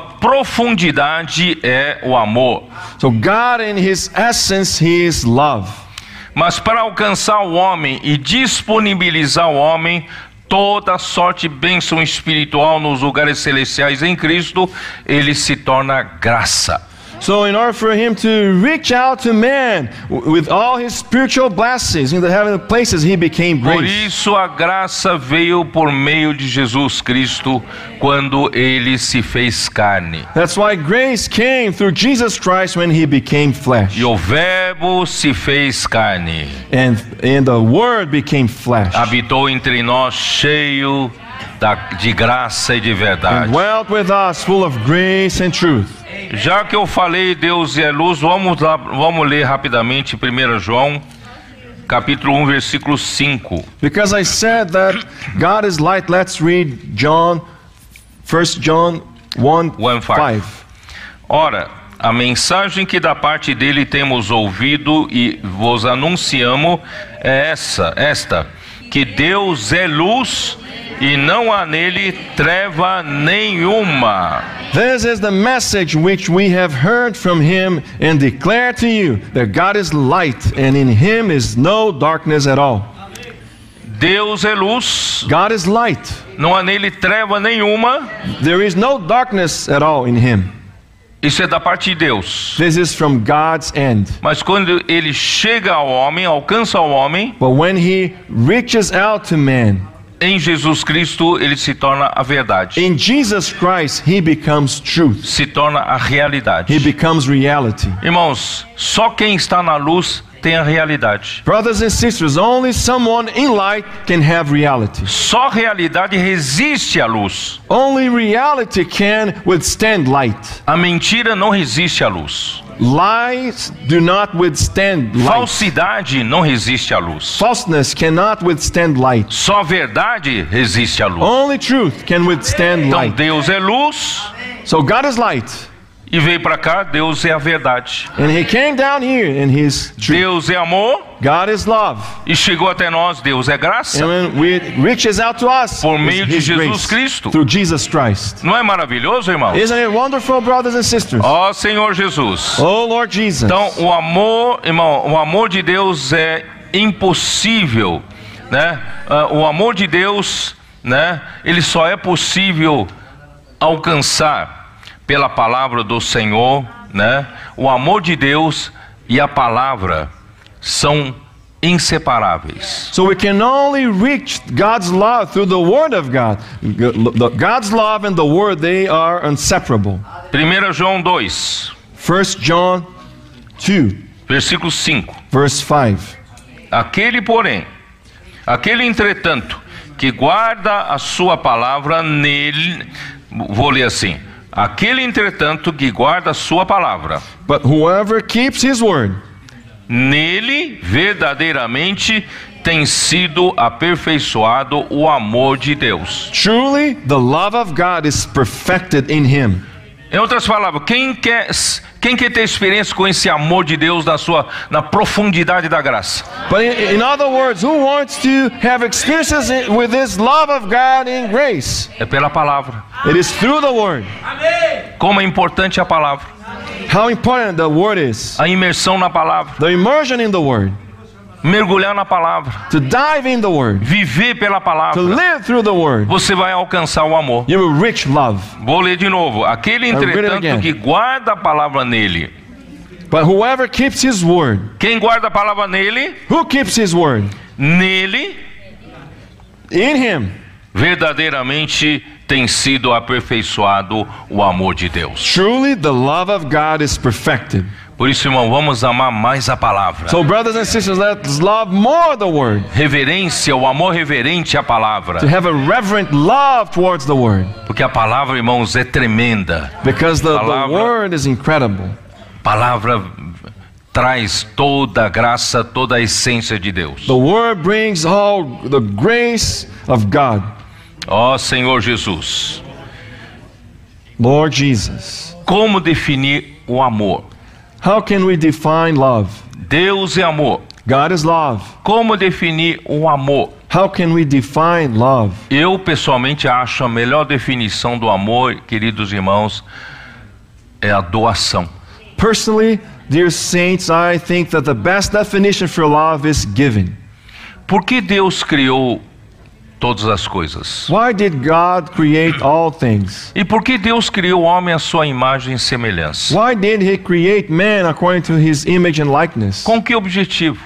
profundidade, é o amor.
So, God, in His essence, He is love.
Mas para alcançar o homem e disponibilizar o homem toda sorte de bênção espiritual nos lugares celestiais em Cristo, ele se torna graça.
So, in order for Him to reach out to man w- with all His spiritual blessings in the heavenly places, He became
Por
grace.
isso a graça veio por meio de Jesus Cristo quando ele se fez carne.
That's why grace came through Jesus Christ when He became flesh.
E o Verbo se fez carne,
And, and the Word became flesh.
habitou entre nós cheio da- de graça e de
And
verdade.
dwelt with us, full of grace and truth.
Já que eu falei Deus é luz, vamos, lá, vamos ler rapidamente 1 João, capítulo 1, versículo 5.
Because I said that God is light, let's read John, 1 John 1,
1, 5.
5.
Ora, a mensagem que da parte dele temos ouvido e vos anunciamos é essa, esta, que Deus é luz e não há nele treva nenhuma.
This is the message which we have heard from him and declare to you that God is light and in him is no darkness at all.
Deus é luz,
God is light.
não há nele treva nenhuma.
There is no darkness at all in him.
Isso é da parte de Deus.
This is from God's end.
Mas quando ele chega ao homem, alcança o homem,
But when he reaches out to man,
em Jesus Cristo ele se torna a verdade,
in Jesus Christ, he becomes truth.
se torna a realidade.
He becomes reality.
Irmãos, só quem está na luz tem a realidade.
Brothers and sisters, only someone in light can have reality.
Só a realidade resiste à luz.
Only reality can withstand light.
A mentira não resiste à luz.
Lies do not withstand light.
Falsidade não resiste à luz.
Falseness cannot withstand light.
Só a verdade resiste à luz.
Only truth can withstand
Então
Oh, light.
Deus é luz
So God is light,
e veio para cá, Deus é a verdade.
and He came down here, and He's truth.
Deus é amor
God is love,
e chegou até nós, Deus é graça.
and when it reaches out to us,
Por
it's
meio de
His
Jesus
grace,
Cristo.
through Jesus Christ.
Não é maravilhoso, irmão?
Isn't it wonderful, brothers and sisters?
Ó Senhor Jesus.
Oh Lord Jesus.
Então, o amor, irmão, o amor de Deus é impossível, né? Ah, o amor de Deus, né? Ele só é possível alcançar pela palavra do Senhor, né? O amor de Deus e a palavra são inseparáveis.
So we can only reach God's love through the Word of God. G- the- God's love and the Word, they are inseparable.
1 João 2,
1 John 2,
versículo 5.
verse 5.
Aquele, porém, aquele entretanto, que guarda a sua palavra nele, vou ler assim: aquele entretanto que guarda a sua palavra,
But whoever keeps His Word,
nele verdadeiramente tem sido aperfeiçoado o amor de Deus.
truly the love of God is perfected in Him.
Em outras palavras, quem quer, quem quer ter experiência com esse amor de Deus na sua na profundidade da graça?
But in, in other words, who wants to have experiences in- with this love of God in grace?
É pela palavra.
It is through the Word.
Como é importante a palavra,
How important the Word is.
a imersão na palavra,
The immersion in the Word,
mergulhar na palavra.
to dive in the Word,
viver pela
to
palavra,
live through the Word.
você vai alcançar o amor.
You will reach love.
Vou ler de novo. Aquele
read it
entretanto
again.
que guarda a palavra nele.
But whoever keeps his word,
Quem guarda a palavra nele,
who keeps his word?
nele
In him,
verdadeiramente tem sido aperfeiçoado o amor de Deus.
Truly, the love of God is perfected.
Por isso, irmão, vamos amar mais a palavra.
So, brothers and sisters, let's love more the Word.
Reverência, o amor reverente à palavra.
To have a reverent love towards the Word.
Porque a palavra, irmãos, é tremenda.
Because the, the
Palavra.
Word is incredible.
A palavra traz toda a graça, toda a essência de Deus.
The Word brings all the grace of God.
Ó Senhor Jesus,
Lord Jesus.
como definir o amor?
How can we define love?
Deus é amor.
God is love.
Como definir o amor?
How can we define love?
Eu pessoalmente acho a melhor definição do amor, queridos irmãos, é a doação.
Personally, dear saints, I think that the best definition for love is giving.
Por que Deus criou todas as coisas?
Why did God create all things?
E por que Deus criou o homem à sua imagem e semelhança?
Why did he create man according to his image and likeness?
Com que objetivo?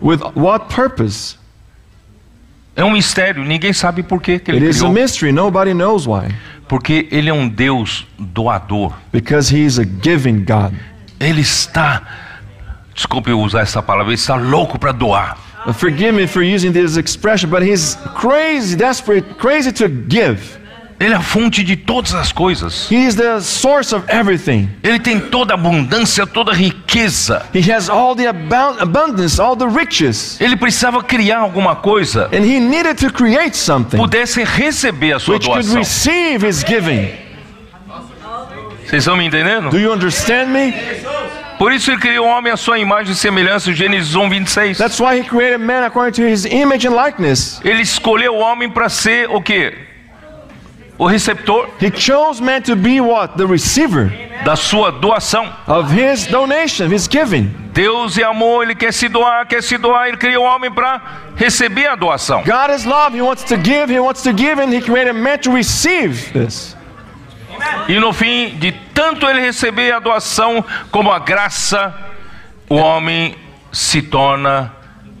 With what purpose?
É um mistério, ninguém sabe por que, que
It
ele
is a
criou.
mystery. Nobody knows why.
Porque ele é um Deus doador.
Because he is a giving God.
Ele está, desculpe eu usar essa palavra, ele está louco para doar.
Uh, Forgive me for using this expression, but he's crazy, desperate, crazy to give.
Ele é a fonte de todas as coisas.
He is the source of everything.
Ele tem toda a abundância, toda a riqueza.
He has all the abou- abundance, all the riches.
Ele precisava criar alguma coisa,
And he needed to create something
pudesse receber a sua
which could
doação.
receive his giving.
Vocês estão me entendendo?
Do you understand me?
Por isso ele criou o homem à sua imagem e semelhança, Gênesis 1, 26.
That's why he created man according to his image and likeness.
Ele escolheu o homem para ser o quê? O receptor
He chose man to be what? The receiver
da sua doação.
of his donation, his giving.
Deus é amor, ele quer se doar, quer se doar, ele criou o homem para receber a doação.
God is love. He wants to give. He wants to give. And he created man to receive this.
E no fim, de tanto ele receber a doação como a graça, o homem se torna,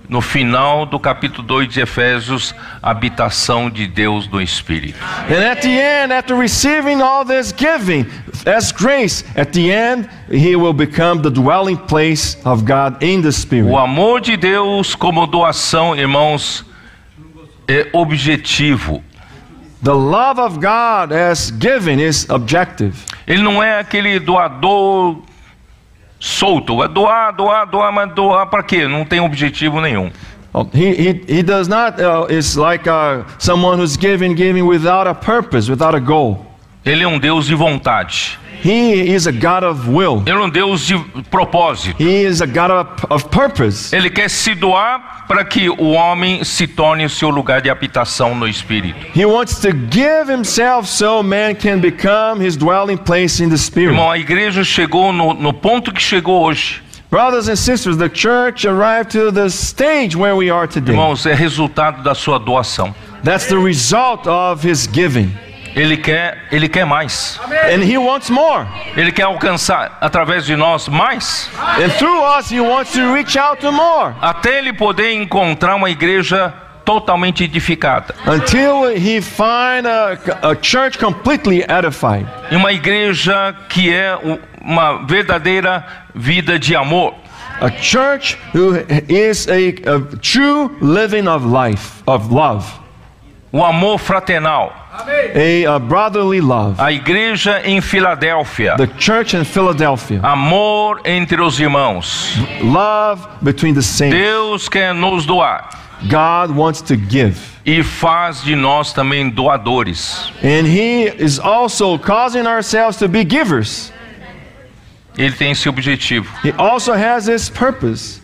no final do capítulo 2 de Efésios, a habitação de Deus do Espírito.
And at the end, after receiving all this giving as grace, at the end, he will become the dwelling place of God in the
O
Spirit.
amor de Deus como doação, irmãos, é objetivo.
The love of God as giving is objective.
Ele não é aquele doador solto. É doar, doar, doar, mas doar para quê? Não tem objetivo nenhum.
Oh, He, he, he does not, uh, it's like uh, someone who's giving, giving without a purpose, without a goal.
Ele é um Deus de vontade.
He is a God of will,
Ele é um Deus de propósito.
He is a God of, of purpose.
Ele quer se doar para que o homem se torne o seu lugar de habitação no espírito.
He wants to give Himself so man can become His dwelling place in the Spirit.
Irmão, a igreja chegou no, no ponto que chegou hoje.
Brothers and sisters, the church arrived to the stage where we are today.
Irmãos, é resultado da sua doação.
That's the result of his giving.
Ele quer, ele quer mais.
And he wants more.
Ele quer alcançar através de nós mais,
And through us, he wants to reach out to more
até ele poder encontrar uma igreja totalmente edificada,
until he find a, a church completely edified.
e uma igreja que é u- uma verdadeira vida de amor.
A church who is a, a true living of life, of love,
O amor fraternal.
a, a brotherly love.
A igreja em Filadélfia.
The church in Philadelphia,
Amor entre os irmãos.
love between the saints.
Deus quer nos doar
God wants to give.
e faz de nós também doadores.
And he is also causing ourselves to be givers.
Ele tem esse objetivo,
He also has his purpose.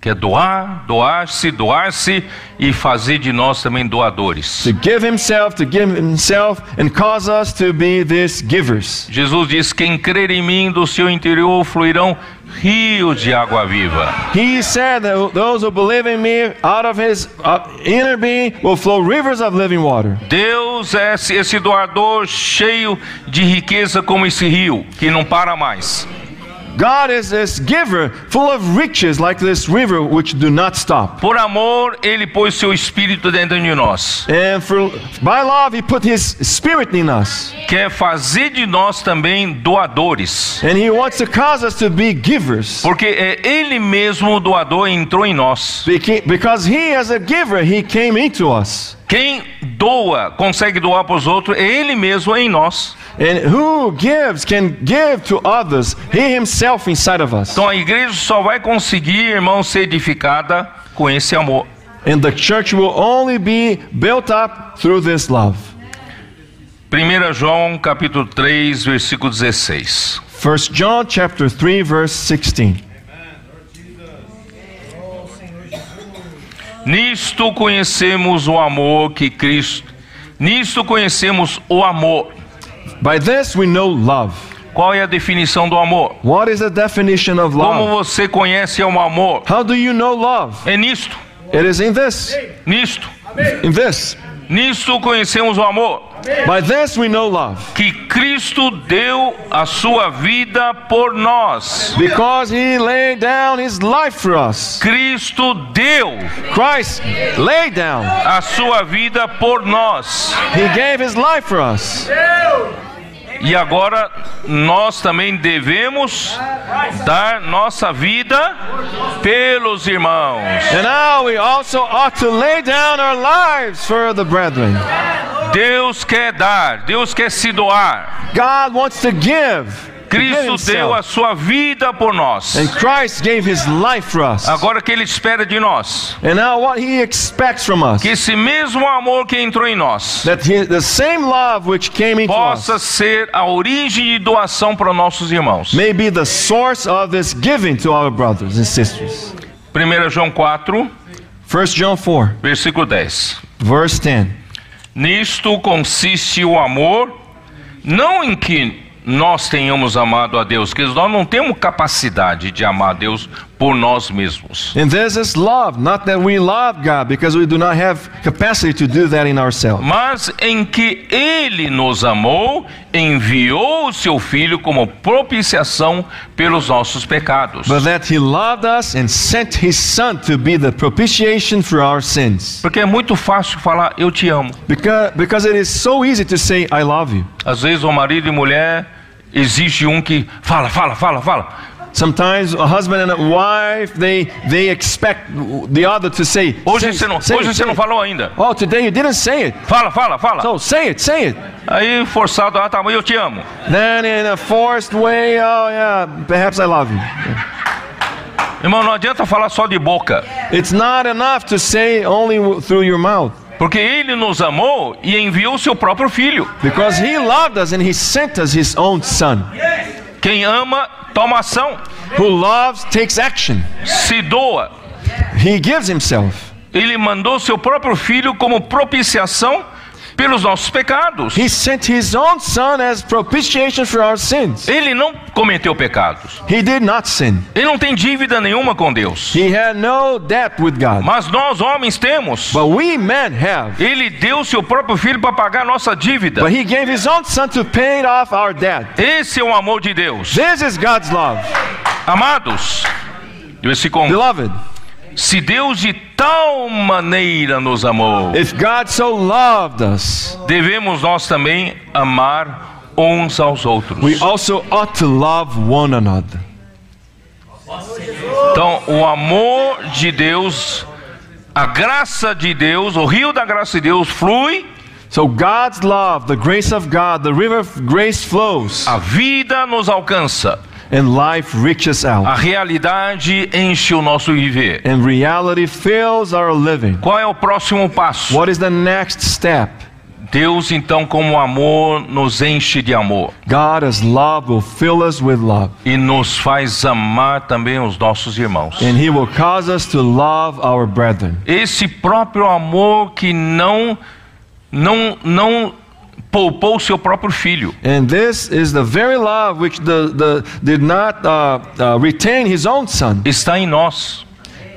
que é doar, doar-se, doar-se e fazer de nós também doadores.
To give himself, to give himself, and cause us to be these givers.
Jesus diz: Quem crer em mim, do seu interior fluirão rios de água viva.
He said that those who believe in me, out of his uh, inner being will flow rivers of living water.
Deus é esse- esse doador cheio de riqueza como esse rio que não para mais.
God is this giver full of riches, like this river which do not stop.
Por amor, ele pôs seu espírito dentro de nós.
And for, by love, He put His Spirit in us.
Quer fazer de nós também doadores.
And He wants to cause us to be givers.
Porque é ele mesmo o doador entrou em nós.
Beca- Because He, as a giver, He came into us.
Quem doa, consegue doar para os outros, é ele mesmo em nós.
And who gives can give to others, He Himself inside of us.
Então a igreja só vai conseguir, irmão, ser edificada com esse amor.
And the church will only be built up through this love.
1 João capítulo 3, versículo 16.
1 John chapter 3 verse 16.
Nisto conhecemos o amor que Cristo. Nisto conhecemos o amor.
By this we know love.
Qual é a definição do amor?
What is the definition of
Como
love?
você conhece o amor?
How do you know love?
É nisto,
It is in this.
nisto,
In this.
nisto conhecemos o amor
By this we know love.
que Cristo deu a sua vida por nós.
Because he laid down his life for us.
Cristo deu
Christ laid down.
a sua vida por nós.
He gave his life for us.
E agora nós também devemos dar nossa vida pelos irmãos.
And now we also ought to lay down our lives for the brethren.
Deus quer dar, Deus quer se doar.
God wants to give. to give
Cristo deu a
himself.
sua vida por
And
nós.
Christ gave his life for us.
Agora o que ele espera de nós?
And now what he expects from us.
que esse mesmo amor que entrou em nós
that he, the same love which came into us
possa ser a origem de doação para nossos irmãos.
may be the source of this giving to our brothers and sisters.
1 João 4,
1 John 4,
versículo 10.
verse 10.
Nisto consiste o amor, não em que nós tenhamos amado a Deus, que nós não temos capacidade de amar a Deus por nós mesmos.
And this is love, not that we love God, because we do not have capacity to do that in ourselves,
Mas em que Ele nos amou, enviou o Seu Filho como propiciação pelos nossos pecados.
but that He loved us and sent His Son to be the propitiation for our sins.
Porque é muito fácil falar, eu te amo.
Because, because it is so easy to say, I love you.
Às vezes o marido e mulher existe um que fala, fala, fala, fala.
Sometimes a husband and a wife, they, they expect the other to say,
Hoje
"Say-
você não,
say
hoje
it,
você
say
não
it."
falou ainda.
Oh, today you didn't say it.
Fala, fala, fala.
So say it, say it.
Aí forçado, ah, tá bom, eu te amo.
Then in a forced way, oh yeah, perhaps I love you.
Irmão, não adianta falar só de boca,
It's not enough to say only w- through your mouth.
porque ele nos amou e enviou o seu próprio filho.
Because he loved us and he sent us his own son.
Quem ama, toma ação,
Who loves takes action.
se doa.
He gives himself.
Ele mandou seu próprio filho como propiciação pelos nossos pecados.
He sent his own son as propitiation for our sins.
Ele não cometeu pecados.
He did not sin.
Ele não tem dívida nenhuma com Deus.
He had no debt with God.
Mas nós homens temos.
But we men have.
Ele deu seu próprio filho para pagar nossa dívida.
But he gave his own son to pay off our debt.
Esse é o amor de Deus.
This is God's love.
Amados, versículo 1.
Beloved,
Se Deus de tal maneira nos amou,
if God so loved us,
devemos nós também amar uns aos outros.
We also ought to love one another.
Então, o amor de Deus, a graça de Deus, o rio da graça de Deus flui,
So God's love, the grace of God, the river of grace flows
a vida nos alcança,
and life reaches
a
out.
realidade enche o nosso viver.
And reality fills our living.
Qual é o próximo passo?
What is the next step?
Deus então como amor nos enche de amor
God as love will fill us with love
e nos faz amar também os nossos irmãos.
and he will cause us to love our brethren.
Esse próprio amor que não não não poupou o seu próprio filho.
And this is the very love which the, the did not uh, uh, retain his own son.
Está em nós.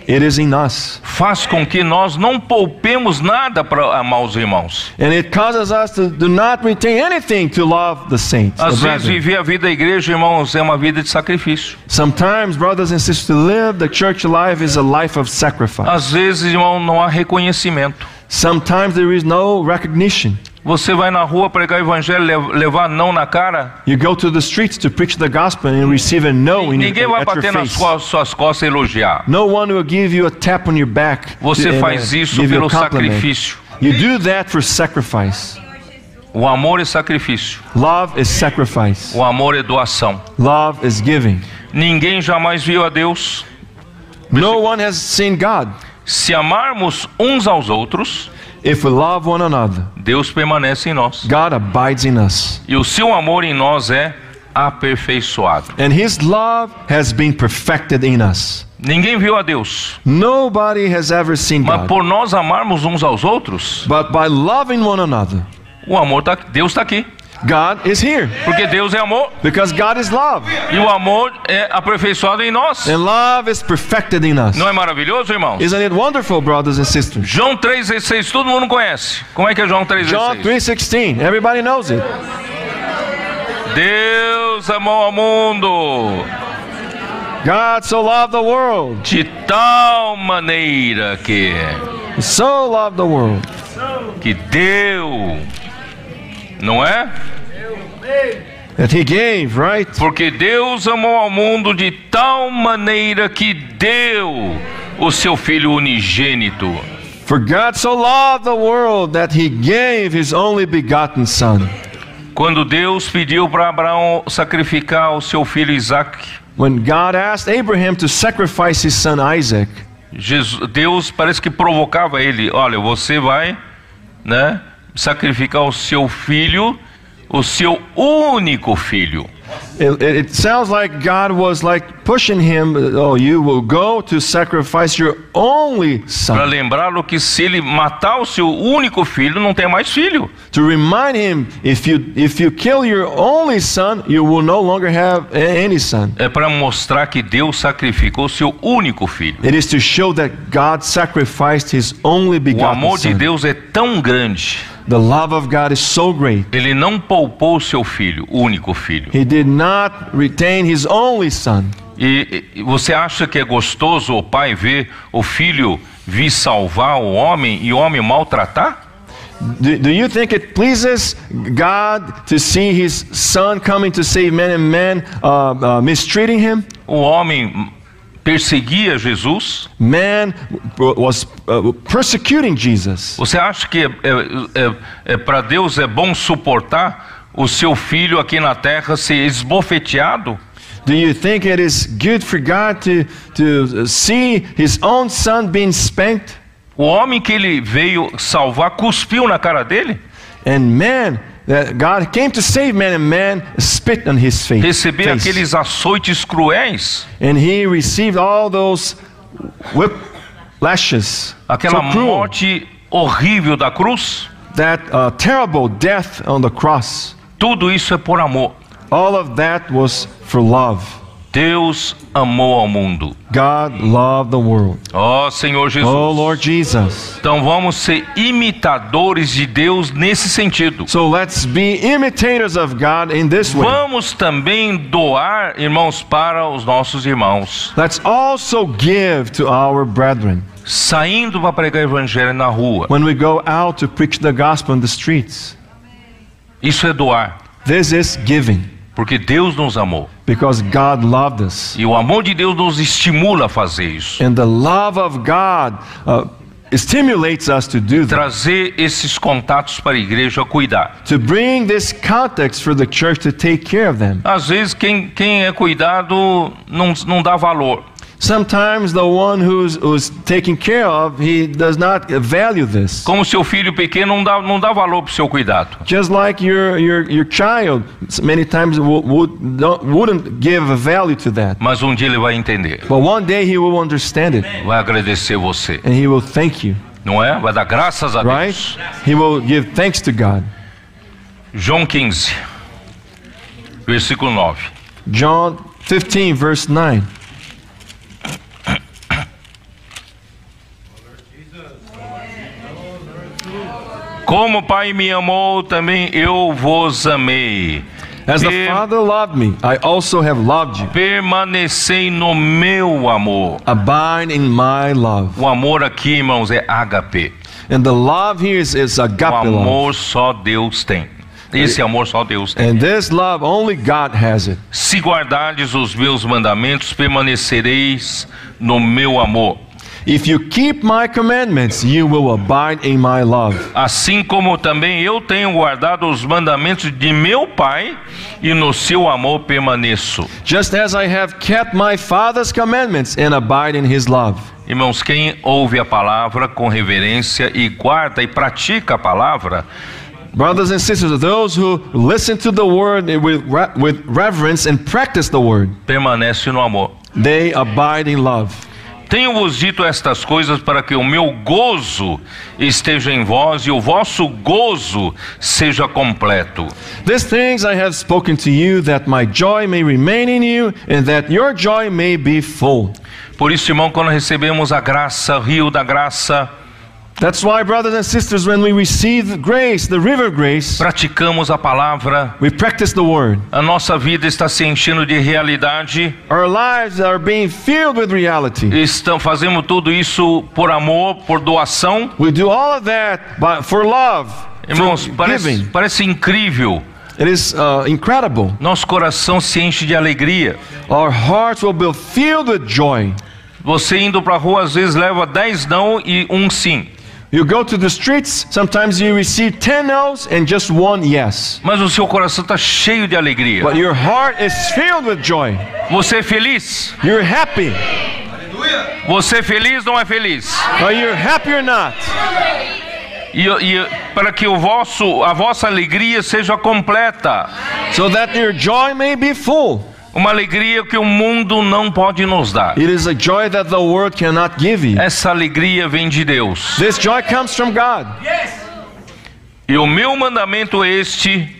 it is in us.
faz com que nós não poupemos nada para amar os irmãos.
And it causes us to do not retain anything to love the saints. the
Às vezes
brethren.
viver a vida da igreja, irmãos, é uma vida de sacrifício.
Sometimes, brothers and sisters, to live the church life is a life of sacrifice.
Às vezes, irmão, não há reconhecimento.
Sometimes there is no recognition.
Você vai na rua pregar evangelho, lev- levar não na cara,
You go to the streets to preach the gospel and receive a no in
ninguém
your,
vai
at your
bater nas
face.
co- suas costas e elogiar.
No one will give you a tap on your back.
Você
and, uh,
faz isso
give you
pelo
a compliment.
sacrifício.
You do that for sacrifice.
O amor é sacrifício,
Love is sacrifice.
o amor é doação.
Love is giving.
Ninguém jamais viu a Deus.
No one has seen God.
Se amarmos uns aos outros,
If we love one another,
Deus permanece em nós.
God abides in us.
E o seu amor em nós é aperfeiçoado.
And his love has been perfected in us.
Ninguém viu a Deus,
Nobody has ever seen
mas
God.
por nós amarmos uns aos outros,
But by loving one another,
o amor tá, Deus está aqui,
God is here
porque Deus é amor
because God is love
e o amor é aperfeiçoado em nós.
and love is perfected in us.
Não é maravilhoso, irmão?
Isn't it wonderful, brothers and sisters?
João 3,16, todo mundo conhece. Como é que é João
John
3,16?
3:16. Everybody knows it.
Deus amou ao mundo
God so loved the world.
de tal maneira que, é.
So loved the world.
que deu, não é?
That he gave, right?
Porque Deus amou ao mundo de tal maneira que deu o seu Filho unigênito,
For God so loved the world that he gave his only begotten son.
quando Deus pediu para Abraão sacrificar o seu filho Isaac,
When God asked Abraham to sacrifice his son Isaac,
Jesus- Deus parece que provocava ele: olha, você vai né, sacrificar o seu filho, o seu único filho.
It, it- it sounds like God was like pushing him, oh, you will go to sacrifice your only
Para
son.
lembrá-lo que se ele matar o seu único filho, não tem mais filho.
To remind him, if you, if you kill your only son, you will no longer have a- any son.
É para mostrar que Deus sacrificou o seu único filho.
It is to show that God sacrificed his only
O amor
begotten
de
son.
Deus é tão grande,
The love of God is so great.
ele não poupou o seu filho, o único filho.
He did not retain his only son.
E, e você acha que é gostoso o pai ver o filho vir salvar o homem e o homem maltratar?
Do, do you think it pleases God to see his son coming to save men and men uh, uh, mistreating him?
O homem perseguia Jesus?
man was uh, persecuting Jesus.
Você acha que é, é- é- é- para Deus é bom suportar o seu filho aqui na terra ser esbofeteado?
Do you think it is good for God to, to see his own son being spanked?
O homem que ele veio salvar cuspiu na cara dele?
And man, that God came to save man, and man spit on his face.
Receber
face.
aqueles açoites cruéis?
And he received all those whip lashes.
Aquela
so cruel,
morte horrível da cruz,
that uh, terrible death on the cross.
tudo isso é por amor.
All of that was for love.
Deus amou ao mundo.
God loved the world.
Ó Senhor Jesus.
Oh Lord Jesus.
Então vamos ser imitadores de Deus nesse sentido.
So let's be imitators of God in this way.
Vamos também doar, irmãos, para os nossos irmãos.
Let's also give to our brethren
Saindo para pregar evangelho na rua.
when we go out to preach the gospel in the streets.
Isso é doar,
This is giving
porque Deus nos amou.
because God loved us.
E o amor de Deus nos estimula a fazer isso.
And the love of God uh, stimulates us to do that,
Trazer esses contatos para a igreja cuidar.
to bring this context for the church to take care of them.
Às vezes quem, quem é cuidado não, não dá valor.
Sometimes the one who's, who's taken care of, he does not value this.
Como seu filho pequeno não dá, não dá valor para o seu cuidado.
Just like your, your, your child many times would, would, don't- wouldn't give a value to that.
Mas um dia ele vai entender.
But one day he will understand it
Vai agradecer você,
and he will thank you,
não é? Vai dar graças a
right?
Deus.
He will give thanks to God.
João 15, versículo 9.
John 15, verse 9.
Como o Pai me amou, também eu vos amei.
As the
Pe-
Father loved me, I also have loved you.
Permanecei no meu amor.
Abide in my love.
O amor aqui, irmãos, é HP.
And the love here is, is agape
O
love.
amor só Deus tem.
É.
Esse amor só Deus tem.
And this love, only God has it.
Se guardardes os meus mandamentos, permanecereis no meu amor.
If you keep my commandments, you will abide in my love.
Assim como também eu tenho guardado os mandamentos de meu Pai e no seu amor permaneço.
Just as I have kept my Father's commandments and abide in his love.
Irmãos, quem ouve a palavra com reverência e guarda e pratica a palavra,
Brothers and sisters, those who listen to the word with, re- with reverence and practice the word,
permanece no amor.
they abide in love.
Tenho-vos dito estas coisas para que o meu gozo esteja em vós e o vosso gozo seja completo.
These things I have spoken to you, that my joy may remain in you, and that your joy may be full.
Por isso, irmão, quando recebemos a graça, rio da graça,
That's why, brothers and sisters, when we receive grace, the river grace,
praticamos a palavra,
we practice the word.
a nossa vida está se enchendo de realidade,
Our lives are being filled with reality.
estão, fazemos tudo isso por amor, por doação.
We do all of that by, for love,
Irmãos,
for
parece,
giving.
parece incrível.
It is uh, incredible.
Nosso coração se enche de alegria.
Our hearts will be filled with joy.
Você indo para a rua às vezes leva 10 não e um sim.
You go to the streets, sometimes you receive 10 no's and just one yes.
Mas o seu coração está cheio de alegria.
But your heart is filled with joy.
Você é feliz?
You're happy.
Você é feliz ou não é feliz?
Are you happy or not?
E, e para que o vosso, a vossa alegria seja completa.
So that your joy may be full.
Uma alegria que o mundo não pode nos dar.
It is a joy that the world cannot give you.
Essa alegria vem de Deus.
This joy comes from God.
E o meu mandamento é este: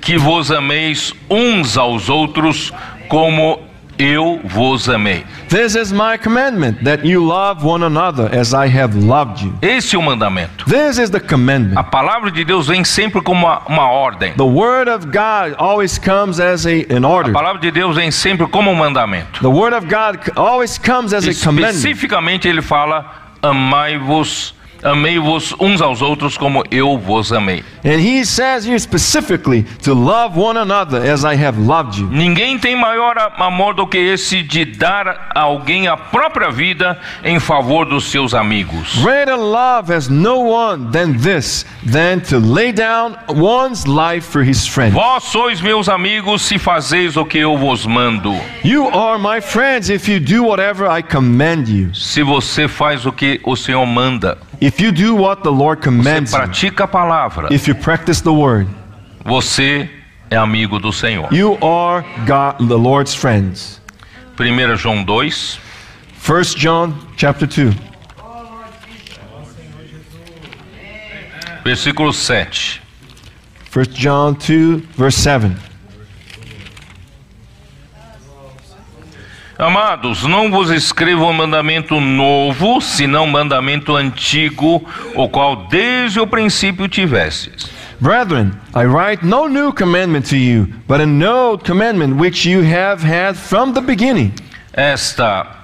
que vos ameis uns aos outros como eu vos amei.
This is my commandment that you love one another as I have loved you.
Esse é o mandamento.
This is the
A
commandment.
palavra de Deus vem sempre como uma, uma ordem.
The word of God always comes as a, an
A
order.
palavra de Deus vem sempre como um mandamento.
The word of God c- always comes as a commandment.
Especificamente ele fala: amai-vos, amei-vos uns aos outros como eu vos amei.
And he says here specifically to love one another as I have loved you.
Ninguém tem maior a- amor do que esse de dar a alguém a própria vida em favor dos seus amigos.
Greater love has no one than this, than to lay down one's life for his friend.
Vós sois meus amigos se fazeis o que eu vos mando.
You are my friends if you do whatever I command you.
Se você faz o que o Senhor manda,
If you do what the Lord
você
commands you,
pratica a palavra,
if you practice the word,
você é amigo do Senhor.
you are God, the Lord's friends.
1 João 2,
1 John chapter 2,
versículo 7.
1 John 2, verse 7.
Amados, não vos escrevo um mandamento novo, senão um mandamento antigo, o qual desde o princípio tivestes.
Brethren, I write no new commandment to you, but an old commandment which you have had from the beginning.
Esta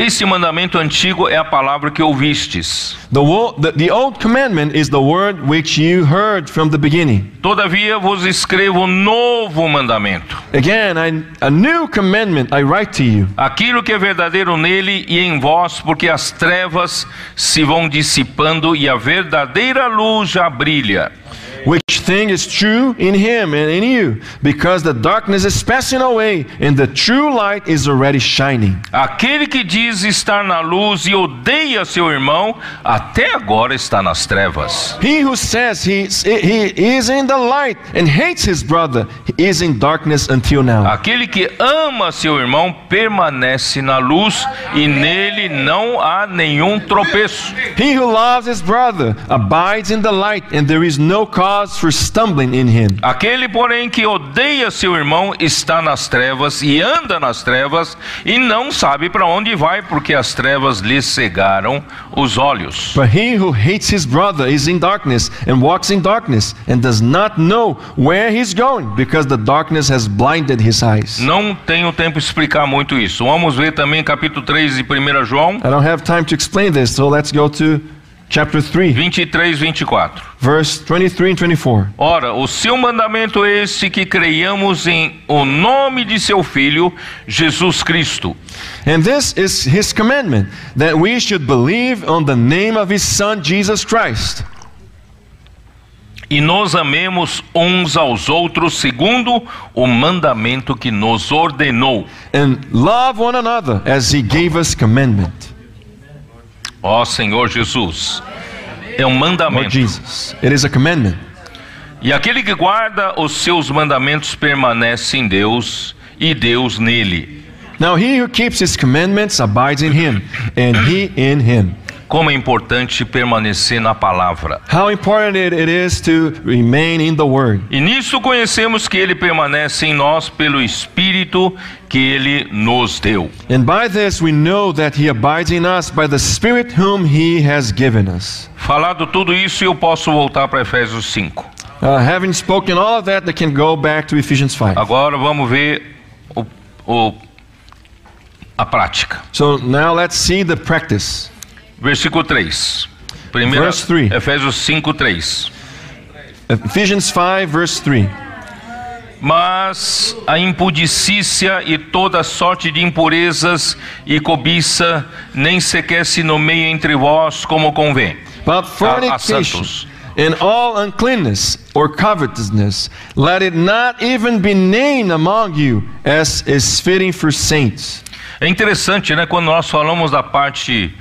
esse mandamento antigo é a palavra que ouvistes.
The, wo- the, the old commandment is the word which you heard from the beginning.
Todavia vos escrevo um novo mandamento.
Again, I, a new commandment I write to you.
Aquilo que é verdadeiro nele e em vós, porque as trevas se vão dissipando e a verdadeira luz já brilha.
which thing is true in him and in you, because the darkness is passing away and the true light is already shining.
Aquele que diz estar na luz e odeia seu irmão, até agora está nas trevas.
He who says he, he is in the light and hates his brother is in darkness until now.
Aquele que ama seu irmão permanece na luz e nele não há nenhum tropeço.
He who loves his brother abides in the light, and there is no cause cause for stumbling in him.
Aquele, porém, que odeia seu irmão está nas trevas e anda nas trevas e não sabe para onde vai, porque as trevas lhe cegaram os olhos.
But he who hates his brother is in darkness and walks in darkness and does not know where he's going because the darkness has blinded his eyes.
Não tenho tempo de explicar muito isso. Vamos ver também capítulo 3 de 1 João,
I don't have time to explain this, so let's go to chapter 3,
23, 24.
verse 23 and 24.
Ora, o seu mandamento é esse que creiamos em o nome de seu Filho, Jesus Cristo,
And this is his commandment that we should believe on the name of his son Jesus Christ.
e nos amemos uns aos outros, segundo o mandamento que nos ordenou.
and love one another as he gave us commandment
Ó Senhor Jesus, é um
or
mandamento.
jesus it is a commandment
E aquele que guarda os seus mandamentos permanece em Deus e Deus nele.
now he who keeps his commandments abides in him and he in him
Como é importante permanecer na palavra.
how important it, it is to remain in the word
E nisso conhecemos que ele permanece em nós pelo Espírito que ele nos deu.
and by this we know that he abides in us by the spirit whom he has given us
Falado tudo isso, eu posso voltar para Efésios 5.
Uh, having spoken all of that they can go back to ephesians 5
Agora vamos ver o- o- a prática.
so now let's see the practice
Versículo 3. Primeira,
Verse three.
Efésios 5, 3.
ephesians 5 verse 3
Mas a impudicícia e toda sorte de impurezas e cobiça nem sequer se nomeia entre vós como convém.
But
a
fornication
santos.
and all uncleanness or covetousness, let it not even be named among you as is fitting for saints.
É interessante, né? Quando nós falamos da parte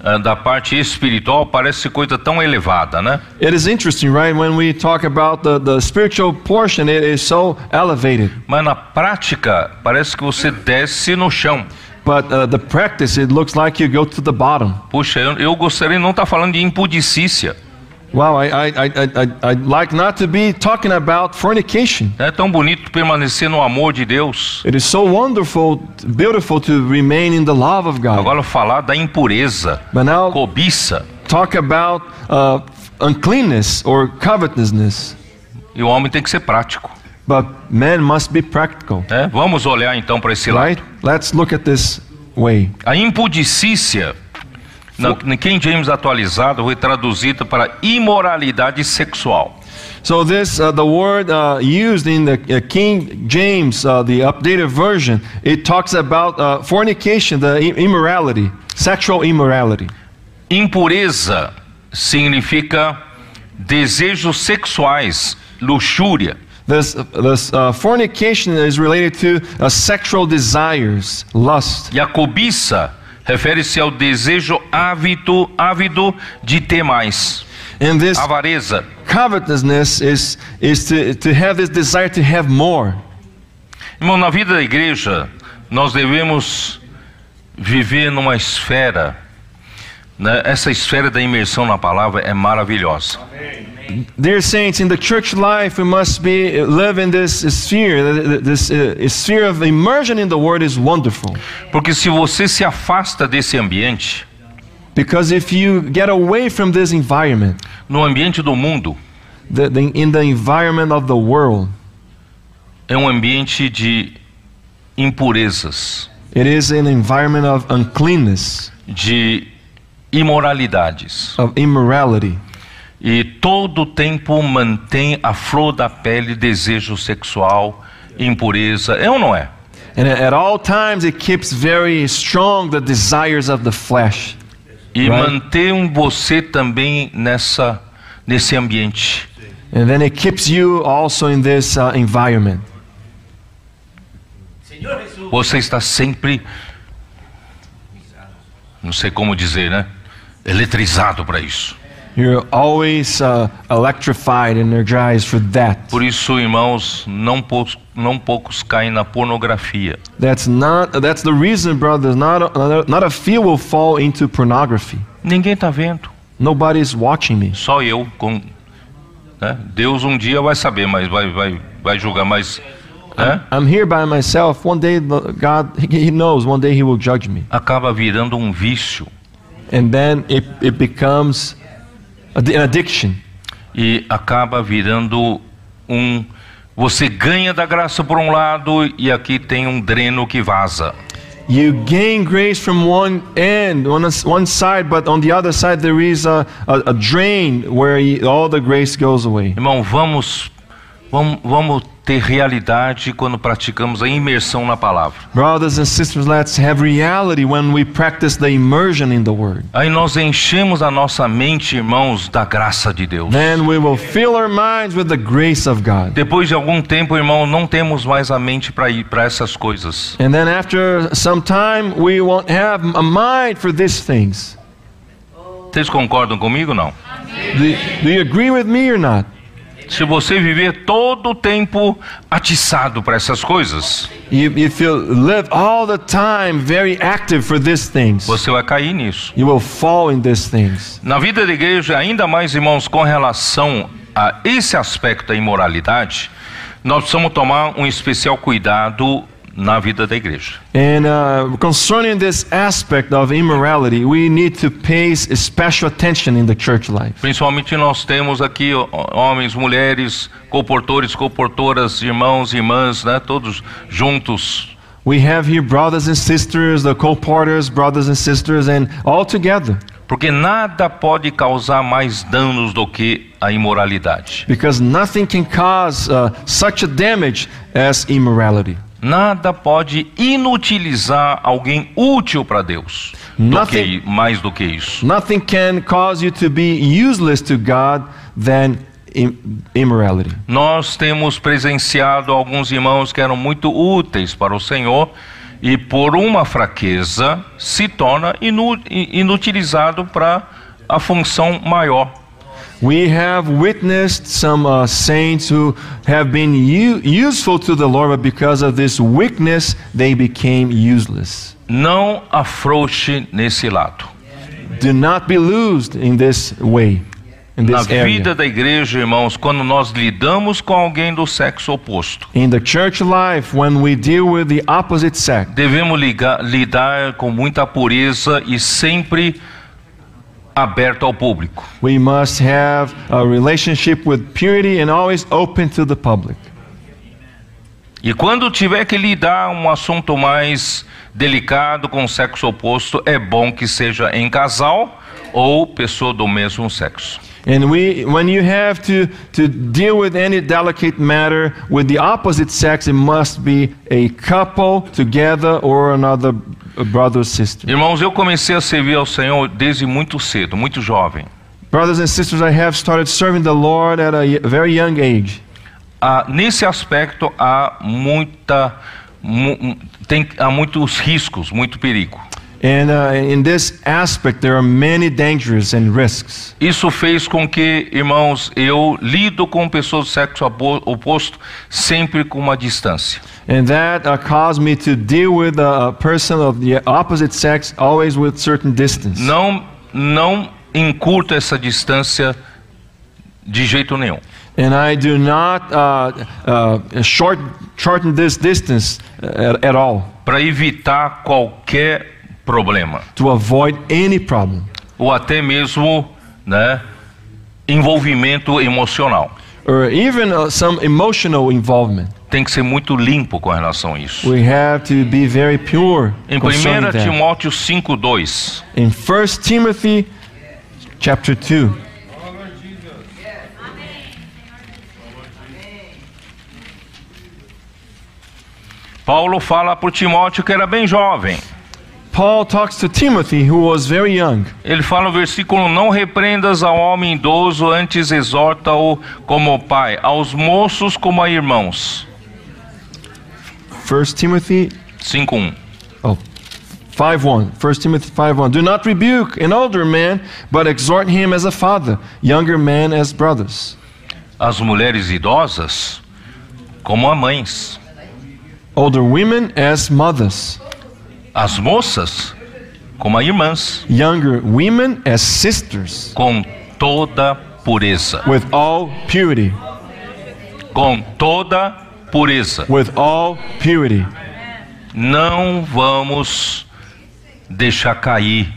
ah, da parte espiritual, parece coisa tão elevada, né?
It is interesting, right? When we talk about the, the spiritual portion, it is so elevated.
Mas na prática, parece que você desce no chão.
But uh, the practice, it looks like you go to the bottom.
Puxa, eu, eu gostaria de não estar falando de impudicícia.
Wow, I, I, I, I, I- I'd like not to be talking about fornication.
É tão bonito permanecer no amor de Deus.
It is so wonderful, beautiful to remain in the love of God.
Agora falar da impureza,
But now
cobiça.
talk about uh, uncleanness or covetousness,
E o homem tem que ser prático.
but man must be practical,
né? Vamos olhar então para esse lado.
right? Let's look at this way.
A impudicícia, na, na King James atualizado, foi traduzida para imoralidade sexual.
So this, uh, the word uh, used in the uh, King James, uh, the updated version, it talks about uh, fornication, the i- immorality, sexual immorality.
Impureza significa desejos sexuais, luxúria.
This, this uh, fornication is related to uh, sexual desires, lust.
E a cobiça refere-se ao desejo ávido, ávido de ter mais.
And this
Avareza.
covetousness is, is to, to have this desire to have more.
Irmão, na vida da igreja, nós devemos viver numa esfera. né? Essa esfera da imersão na palavra é maravilhosa.
Dear saints, in the church life, we must be uh, live in this sphere. This uh, sphere of immersion in the Word is wonderful
Porque se você se afasta desse ambiente,
because if you get away from this environment,
no ambiente do mundo,
the, the, in the environment of the world,
é um ambiente de impurezas,
it is an environment of uncleanness,
de imoralidades.
of immorality,
E todo o tempo mantém a flor da pele desejo sexual, impureza. É ou não é?
and at all times it keeps very strong the desires of the flesh,
E
Right.
manter um você também nessa, nesse ambiente.
and then it keeps you also in this uh, environment.
Você está sempre, não sei como dizer, né? Eletrizado para isso.
You're always uh, electrified, energized for that.
Por isso, irmãos, não, pou- não poucos caem na pornografia.
That's not. That's the reason, brothers. Not a, not a few will fall into pornography.
Ninguém está tá vendo,
Nobody's watching me.
só eu com né? Deus um dia vai saber, mas vai, vai, vai julgar, mas né?
I'm here by myself. One day, the- God, He He knows, one day He will judge me.
acaba virando um vício.
And then it, it becomes ad- an addiction.
e acaba virando um. Você ganha da graça por um lado e aqui tem um dreno que vaza.
You gain grace from one end, on a s- one side, but on the other side, there is a, a, a drain where you- all the grace goes away.
Irmão, vamos, vamos, vamos ter realidade quando praticamos a imersão na palavra.
Brothers and sisters, let's have reality when we practice the immersion in the Word.
Aí nós enchemos a nossa mente, irmãos, da graça de Deus.
Then we will fill our minds with the grace of God.
Depois de algum tempo, irmão, não temos mais a mente para ir para essas coisas.
And then after some time, we won't have a mind for these things.
Vocês concordam comigo não?
Do, do you agree with me or not?
Se você viver todo o tempo atiçado para essas coisas,
You, if you live all the time very active for these things,
você vai cair nisso.
you will fall in these things.
Na vida da igreja, ainda mais, irmãos, com relação a esse aspecto da imoralidade, nós precisamos tomar um especial cuidado na vida da igreja.
And uh, concerning this aspect of immorality, we need to pay s- special attention in the church life.
Principalmente nós temos aqui ó, homens, mulheres, comportores, comportoras, irmãos, irmãs, né? Todos juntos.
We have here brothers and sisters, the co-partners, brothers and sisters, and all together.
Porque nada pode causar mais danos do que a imoralidade.
Because nothing can cause uh, such a damage as immorality.
Nada pode inutilizar alguém útil para Deus. Do que,
Nothing-
mais do que isso.
Nothing can cause you to be useless to God than im- immorality.
Nós temos presenciado alguns irmãos que eram muito úteis para o Senhor e por uma fraqueza se torna inu- i- inutilizado para a função maior.
We have witnessed some uh, saints who have been u- useful to the Lord, but because of this weakness, they became useless.
Não afrouxe nesse lado.
Do not be loosed in this way, in
Na
this
vida
area.
da igreja, irmãos, quando nós lidamos com alguém do sexo oposto,
In the church life, when we deal with the opposite sex,
devemos ligar- lidar com muita pureza e sempre aberto ao público.
We must have a relationship with purity and always open to the public.
E quando tiver que lidar um assunto mais delicado com o sexo oposto, é bom que seja em casal ou pessoa do mesmo sexo.
And we, when you have to, to deal with any delicate matter with the opposite sex, it must be a couple together or another brother or sister.
Irmãos, eu comecei a servir ao Senhor desde muito cedo, muito jovem.
Brothers and sisters, I have started serving the Lord at a y- very young age.
Ah, nesse aspecto há muita mu- mu- tem, há muitos riscos, muito perigo.
And uh, in this aspect, there are many dangers and risks.
Isso fez com que, irmãos, eu lido com pessoas do sexo abo- oposto sempre com uma distância.
And that uh, caused me to deal with a, a person of the opposite sex always with certain distance.
Não, não encurto essa distância de jeito nenhum.
And I do not uh, uh, short, shorten this distance uh, at, at all
Para evitar qualquer problema.
to avoid any problem
Ou até mesmo né, envolvimento emocional.
or even uh, some emotional involvement.
Tem que ser muito limpo com relação a isso.
We have to be very pure
Em 1
concerning that.
Timóteo 5,2.
In 1 Timothy chapter 2,
Paulo fala para Timóteo que era bem jovem.
Paul talks to Timothy who was very young.
Ele fala no versículo: Não repreendas ao homem idoso, antes exorta-o como pai, aos moços como a irmãos.
1 Timothy
5,1.
oh, 5 1. 1 Timothy 5 1. Do not rebuke an older man, but exhort him as a father, younger men as brothers.
as mulheres idosas como a mães,
older women as mothers,
as moças como a irmãs,
younger women as sisters,
com toda pureza,
with all purity.
com toda pureza.
With all purity.
Não vamos deixar cair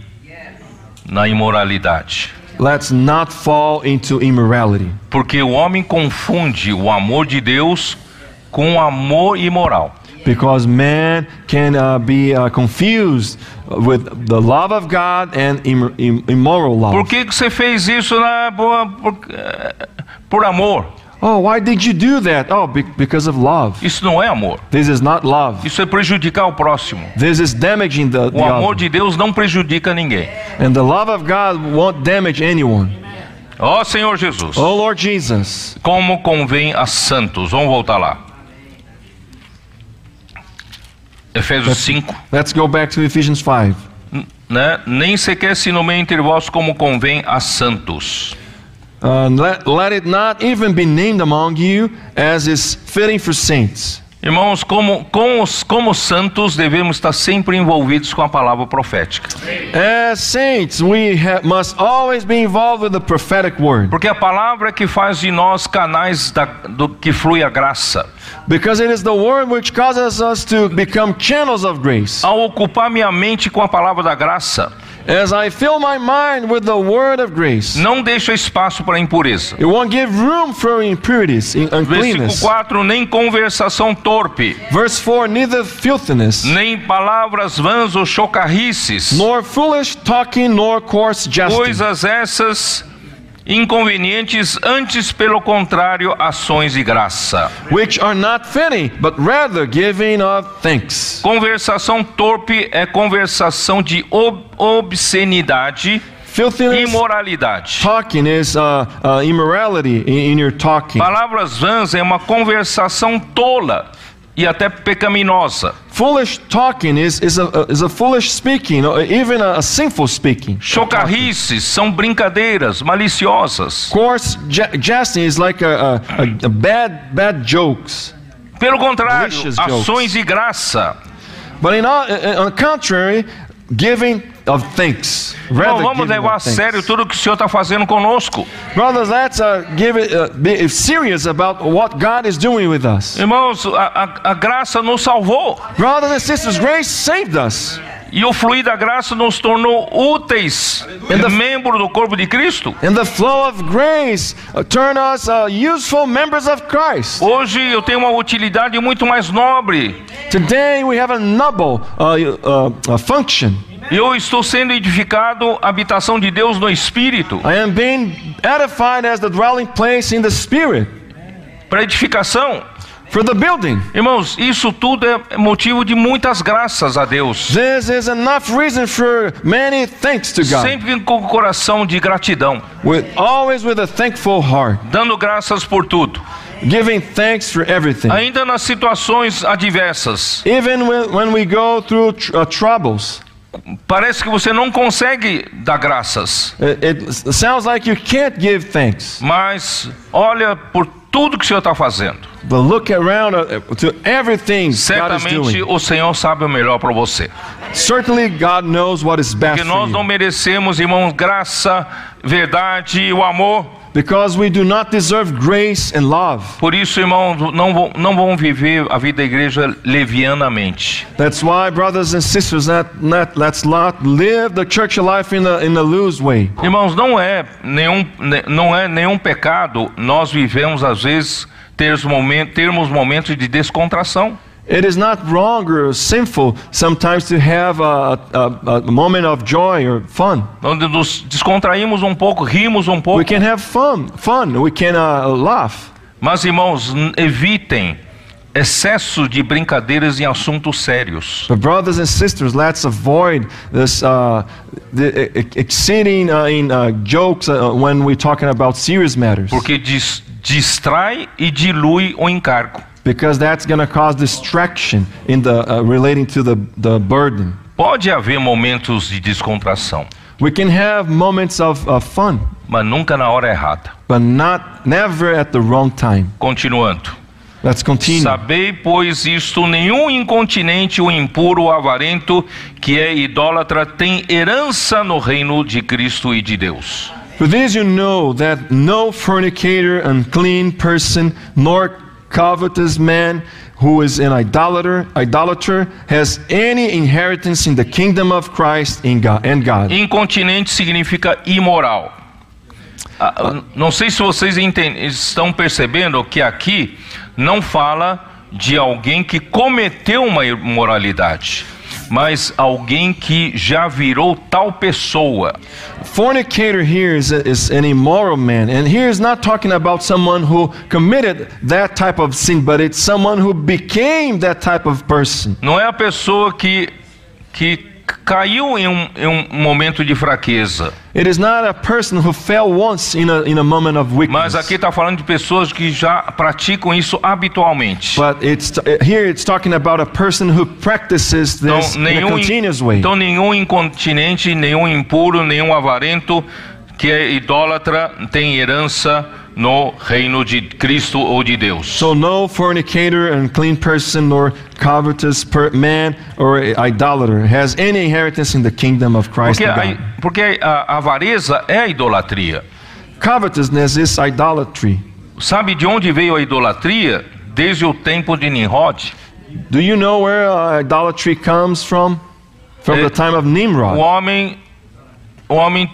na imoralidade,
Let's not fall into immorality.
porque o homem confunde o amor de Deus com o amor imoral.
Because man can uh, be uh, confused with the love of God and im- im- immoral love.
Por que, que você fez isso na, por, por- eh, por amor?
Oh, why did you do that? Oh, be- because of love.
Isso não é amor.
This is not love.
Isso é prejudicar o próximo.
This is damaging the, the
O amor
other.
de Deus não prejudica ninguém.
And the love of God won't damage anyone.
Ó Senhor Jesus,
Oh, Lord Jesus.
como convém a santos. Vamos voltar lá. Efésios 5,
Let's go back to Ephesians 5.
né? Nem sequer se nomeia entre vós como convém a santos.
Uh, let, let it not even be named among you as is fitting for saints.
Irmãos, como, com os- como santos, devemos estar sempre envolvidos com a palavra profética.
As saints, we ha- must always be involved with the prophetic word
Porque a palavra é que faz de nós canais da, do que flui a graça.
because it is the word which causes us to become channels of grace.
Ao ocupar minha mente com a palavra da graça,
As I fill my mind with the word of grace,
não deixa espaço para a impureza.
it won't give room for impurities, in-
Versículo
uncleanness.
4: Nem conversação torpe,
Verse 4 Neither filthiness,
nem palavras vãs ou chocarrices,
nor foolish talking, nor coarse jesting.
coisas essas inconvenientes, antes, pelo contrário, ações de graça.
which are not fitting, but rather giving of thanks.
Conversação torpe é conversação de ob- obscenidade e
Filthiness,
imoralidade.
talking is uh, uh, immorality in, in your talking.
Palavras vãs é uma conversação tola e até pecaminosa.
Foolish talking is, is, a, uh, is a foolish speaking, or even a, a sinful speaking.
Chocarrices são brincadeiras maliciosas.
Coarse je- jesting is like a, a, a, a bad bad jokes.
Pelo contrário,
Delicious jokes.
ações de graça.
But in all, uh, on the contrary, giving of thanks.
Então
Rather
vamos
giving
levar a
of thanks.
sério tudo que o Senhor está fazendo conosco.
Brothers, let's uh, give it, uh, be serious about what God is doing with us.
Irmãos, a, a- a graça nos salvou.
Brothers and sisters, grace saved us.
E o fluir da graça nos tornou úteis,
And the-
membro do corpo de Cristo.
And the flow of grace uh, turn us uh, useful members of Christ.
Hoje eu tenho uma utilidade muito mais nobre.
Today we have a noble uh, uh, uh, function.
Eu estou sendo edificado habitação de Deus no Espírito.
I am being edified as the dwelling place in the Spirit
Para edificação.
for the building.
Irmãos, isso tudo é motivo de muitas graças a Deus.
This is enough reason for many thanks to God.
Sempre com o coração de gratidão,
With always with a thankful heart,
dando graças por tudo.
giving thanks for everything.
Ainda nas situações adversas,
Even when, when we go through tr- uh, troubles,
parece que você não consegue dar graças,
it, it s- sounds like you can't give thanks.
mas olha por tudo que o Senhor está fazendo.
But look around uh, to everything God is doing.
Certamente o Senhor sabe o melhor para você.
Certainly, God knows what is best
Porque
for
nós não
you.
merecemos, irmãos, graça, verdade e o amor.
Because we do not deserve grace and love.
Por isso, irmãos, não vão, não vão viver a vida da igreja levianamente.
That's why, brothers and sisters, not, not, let's not live the church life in a, in a loose way.
Irmãos, não é nenhum, ne- não é nenhum pecado nós vivemos, às vezes, ter os momen- termos momentos de descontração.
It is not wrong or sinful sometimes to have a, a, a moment of joy or fun.
Onde nos descontraímos um pouco, rimos um pouco.
We can have fun, fun. We can uh, laugh.
Mas, irmãos, n- evitem excesso de brincadeiras em assuntos sérios.
But brothers and sisters, let's avoid this uh, the, e- e- exceeding uh, in uh, jokes uh, when we're talking about serious matters.
Porque dis- distrai e dilui o encargo.
because that's going to cause distraction in the uh, relating to the, the burden
Pode haver momentos de descontração,
we can have moments of, of fun
mas nunca na hora errada.
but not never at the wrong time
Continuando.
let's continue
Sabei, pois, isto: nenhum incontinente, o impuro, o avarento, que é idólatra, tem herança no reino de Cristo e de Deus.
For this you know that no fornicator, unclean person, nor covetous man who is an idolater, idolater has any inheritance in the kingdom of Christ in God, and God.
Incontinente significa imoral. Ah, eu Não sei se vocês enten- estão percebendo que aqui não fala de alguém que cometeu uma imoralidade, mas alguém que já virou tal pessoa.
Fornicator here is, is an immoral man, and here is not talking about someone who committed that type of sin, but it's someone who became that type of person.
Não é a pessoa que, que caiu em um, em um momento de fraqueza,
It is not a person who fell once in a, in a moment of weakness.
mas aqui está falando de pessoas que já praticam isso habitualmente.
But it's here it's talking about a person who practices
Então
this in a
nenhum,
continuous way.
então, nenhum incontinente, nenhum impuro, nenhum avarento que é idólatra tem herança no reino de Cristo ou de Deus.
So no fornicator, unclean person, nor covetous per- man or idolater has any inheritance in the kingdom of Christ.
Porque
and
a,
God.
porque a avareza é a idolatria.
Covetousness is idolatry.
Sabe de onde veio a idolatria? Desde o tempo de Nimrod.
Do you know where uh, idolatry comes from? From
Eh,
the time of
O
Nimrod.
homem, o homem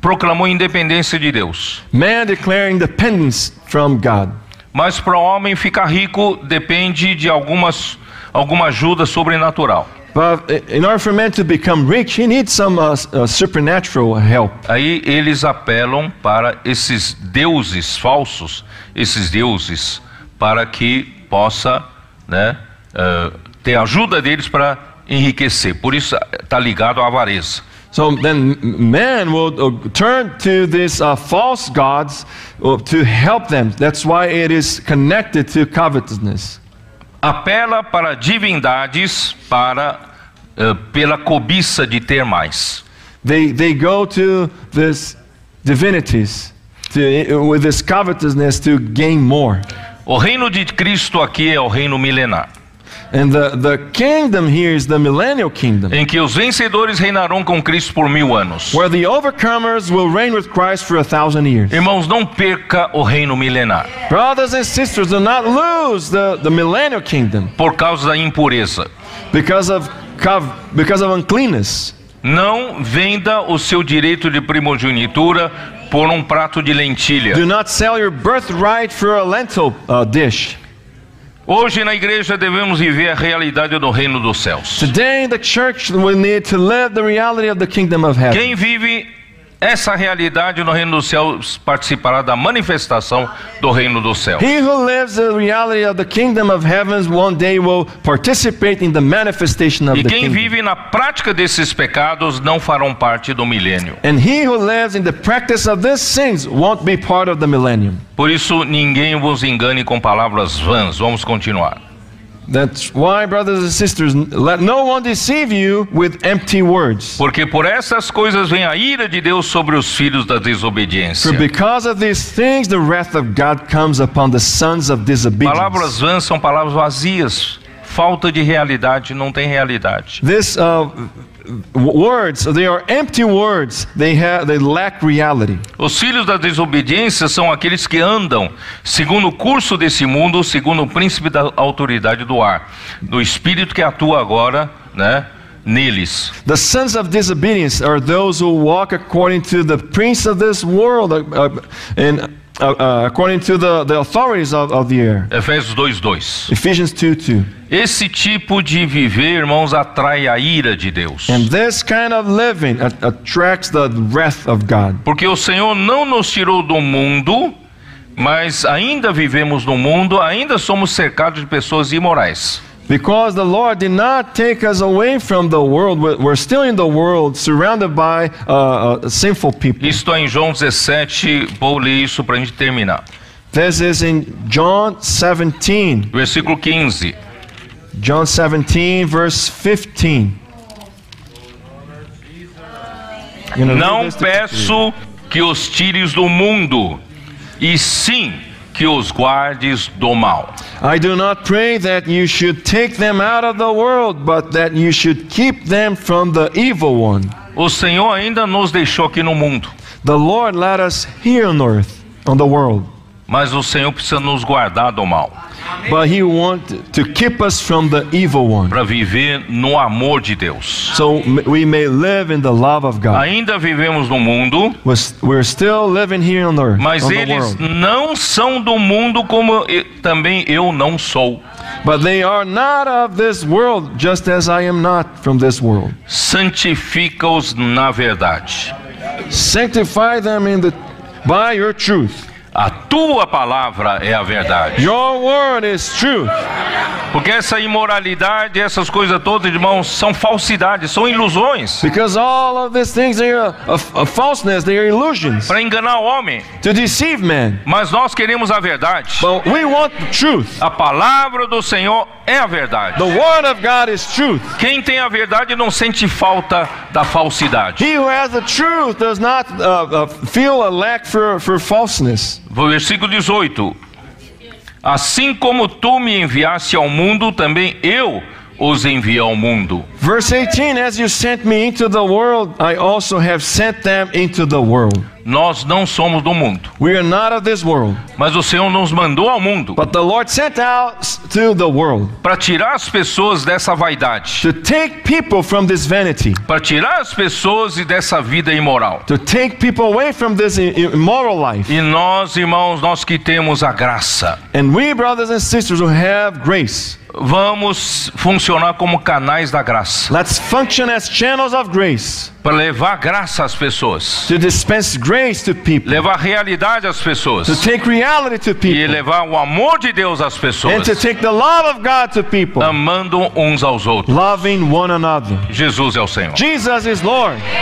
proclamou a independência de Deus.
Man declaring dependence from God.
Mas para o homem ficar rico depende de algumas, alguma ajuda sobrenatural.
But i- in order for man to become rich, he needs some uh, s- uh, supernatural help.
Aí eles apelam para esses deuses falsos, esses deuses, para que possa né, eh, ter ajuda deles para enriquecer. Por isso está ligado à avareza.
So then m- man will uh, turn to these uh, false gods uh, to help them. That's why it is connected to covetousness.
Apela para divindades para eh, pela cobiça de ter mais.
They, they go to these divinities to, uh, with this covetousness to gain more.
O reino de Cristo aqui é o reino milenar,
And the, the kingdom here is the millennial kingdom,
em que os vencedores reinarão com Cristo por mil anos.
where the overcomers will reign with Christ for a thousand years.
Irmãos, não perca o reino milenar
Brothers and sisters, do not lose the, the millennial kingdom
por causa da impureza.
because of, cov- because of uncleanness.
Não venda o seu direito de primogenitura por um prato de lentilha.
Do not sell your birthright for a lentil uh, dish.
Hoje na igreja devemos viver a realidade do reino dos céus.
Today, the church will need to live the reality of the kingdom of heaven.
Quem vive essa realidade no reino dos céus participará da manifestação do reino do céu.
He who lives the reality of the kingdom of heavens one day will participate in the manifestation of
E
the
quem
kingdom.
vive na prática desses pecados não farão parte do milênio.
And he who lives in the practice of these sins won't be part of the millennium.
Por isso, ninguém vos engane com palavras vãs. Vamos continuar.
That's why, brothers and sisters, let no one deceive you with empty words.
Porque por essas coisas vem a ira de Deus sobre os filhos da
For
desobediência.
because of these things, the wrath of God comes upon the sons of disobedience.
Palavras vãs são palavras vazias. Falta de realidade, não tem realidade.
These uh, w- words, they are empty words. They have, they lack reality.
Os filhos da desobediência são aqueles que andam segundo o curso desse mundo, segundo o príncipe da autoridade do ar, do espírito que atua agora, né, neles.
The sons of disobedience are those who walk according to the prince of this world, uh, uh, and uh, uh, according to the, the authorities of, of the air.
Efésios 2:2.
Ephesians 2 2.
Esse tipo de viver, irmãos, atrai a ira de Deus.
And this kind of living a- attracts the wrath of God.
Porque o Senhor não nos tirou do mundo, mas ainda vivemos no mundo, ainda somos cercados de pessoas imorais.
Because the Lord did not take us away from the world, we're we're still in the world, surrounded by uh, uh, sinful people.
Isso está é em João 17, vou ler isso para a gente terminar.
This is in John 17.
Versículo 15.
John 17, verse 15. You know,
Não
this-
peço
tipo.
que os tires do mundo, e sim que os guardes do mal.
I do not pray that you should take them out of the world, but that you should keep them from the evil one.
O Senhor ainda nos deixou aqui no mundo.
The Lord let us here on earth, on the world,
Mas o Senhor precisa nos guardar do mal,
but He wanted to keep us from the evil one,
para viver no amor de Deus.
so m- we may live in the love of God.
Ainda vivemos no mundo,
Was- We're still living here on earth,
mas
on the
eles
world,
não são do mundo como e- também eu não sou.
but they are not of this world, just as I am not from this world.
Santifica-os na verdade.
Sanctify them in the by your truth.
A tua palavra é a verdade.
Your word is truth.
Porque essa imoralidade, essas coisas todas, irmãos, são falsidades, são ilusões
Because all of these things they are a, a falseness, they are illusions
para enganar o homem.
to deceive man.
Mas nós queremos a verdade.
But we want the truth.
A palavra do Senhor é a verdade.
The word of God is truth.
Quem tem a verdade não sente falta da falsidade.
He who has the truth does not uh, uh, feel a lack for, for falseness.
Versículo 18. Assim como tu me enviaste ao mundo, também eu os envio ao mundo.
Verse 18 As you sent me into the world, I also have sent them into the world.
Nós não somos do mundo,
We are not of this world,
mas o Senhor nos mandou ao mundo
but the Lord sent out to the world
para tirar as pessoas dessa vaidade,
to take people from this vanity,
para tirar as pessoas e dessa vida imoral.
to take people away from this i- immoral life.
E nós, irmãos, nós que temos a graça,
And we, brothers and sisters, who have grace,
vamos funcionar como canais da graça,
let's function as channels of grace
para levar graça às pessoas.
to dispense grace to people,
levar realidade às
to
pessoas
take reality to
e
people,
levar o amor de Deus às
and
pessoas,
to take the love of God to people,
amando uns aos outros.
loving one another.
Jesus é o Senhor.
Jesus is Lord.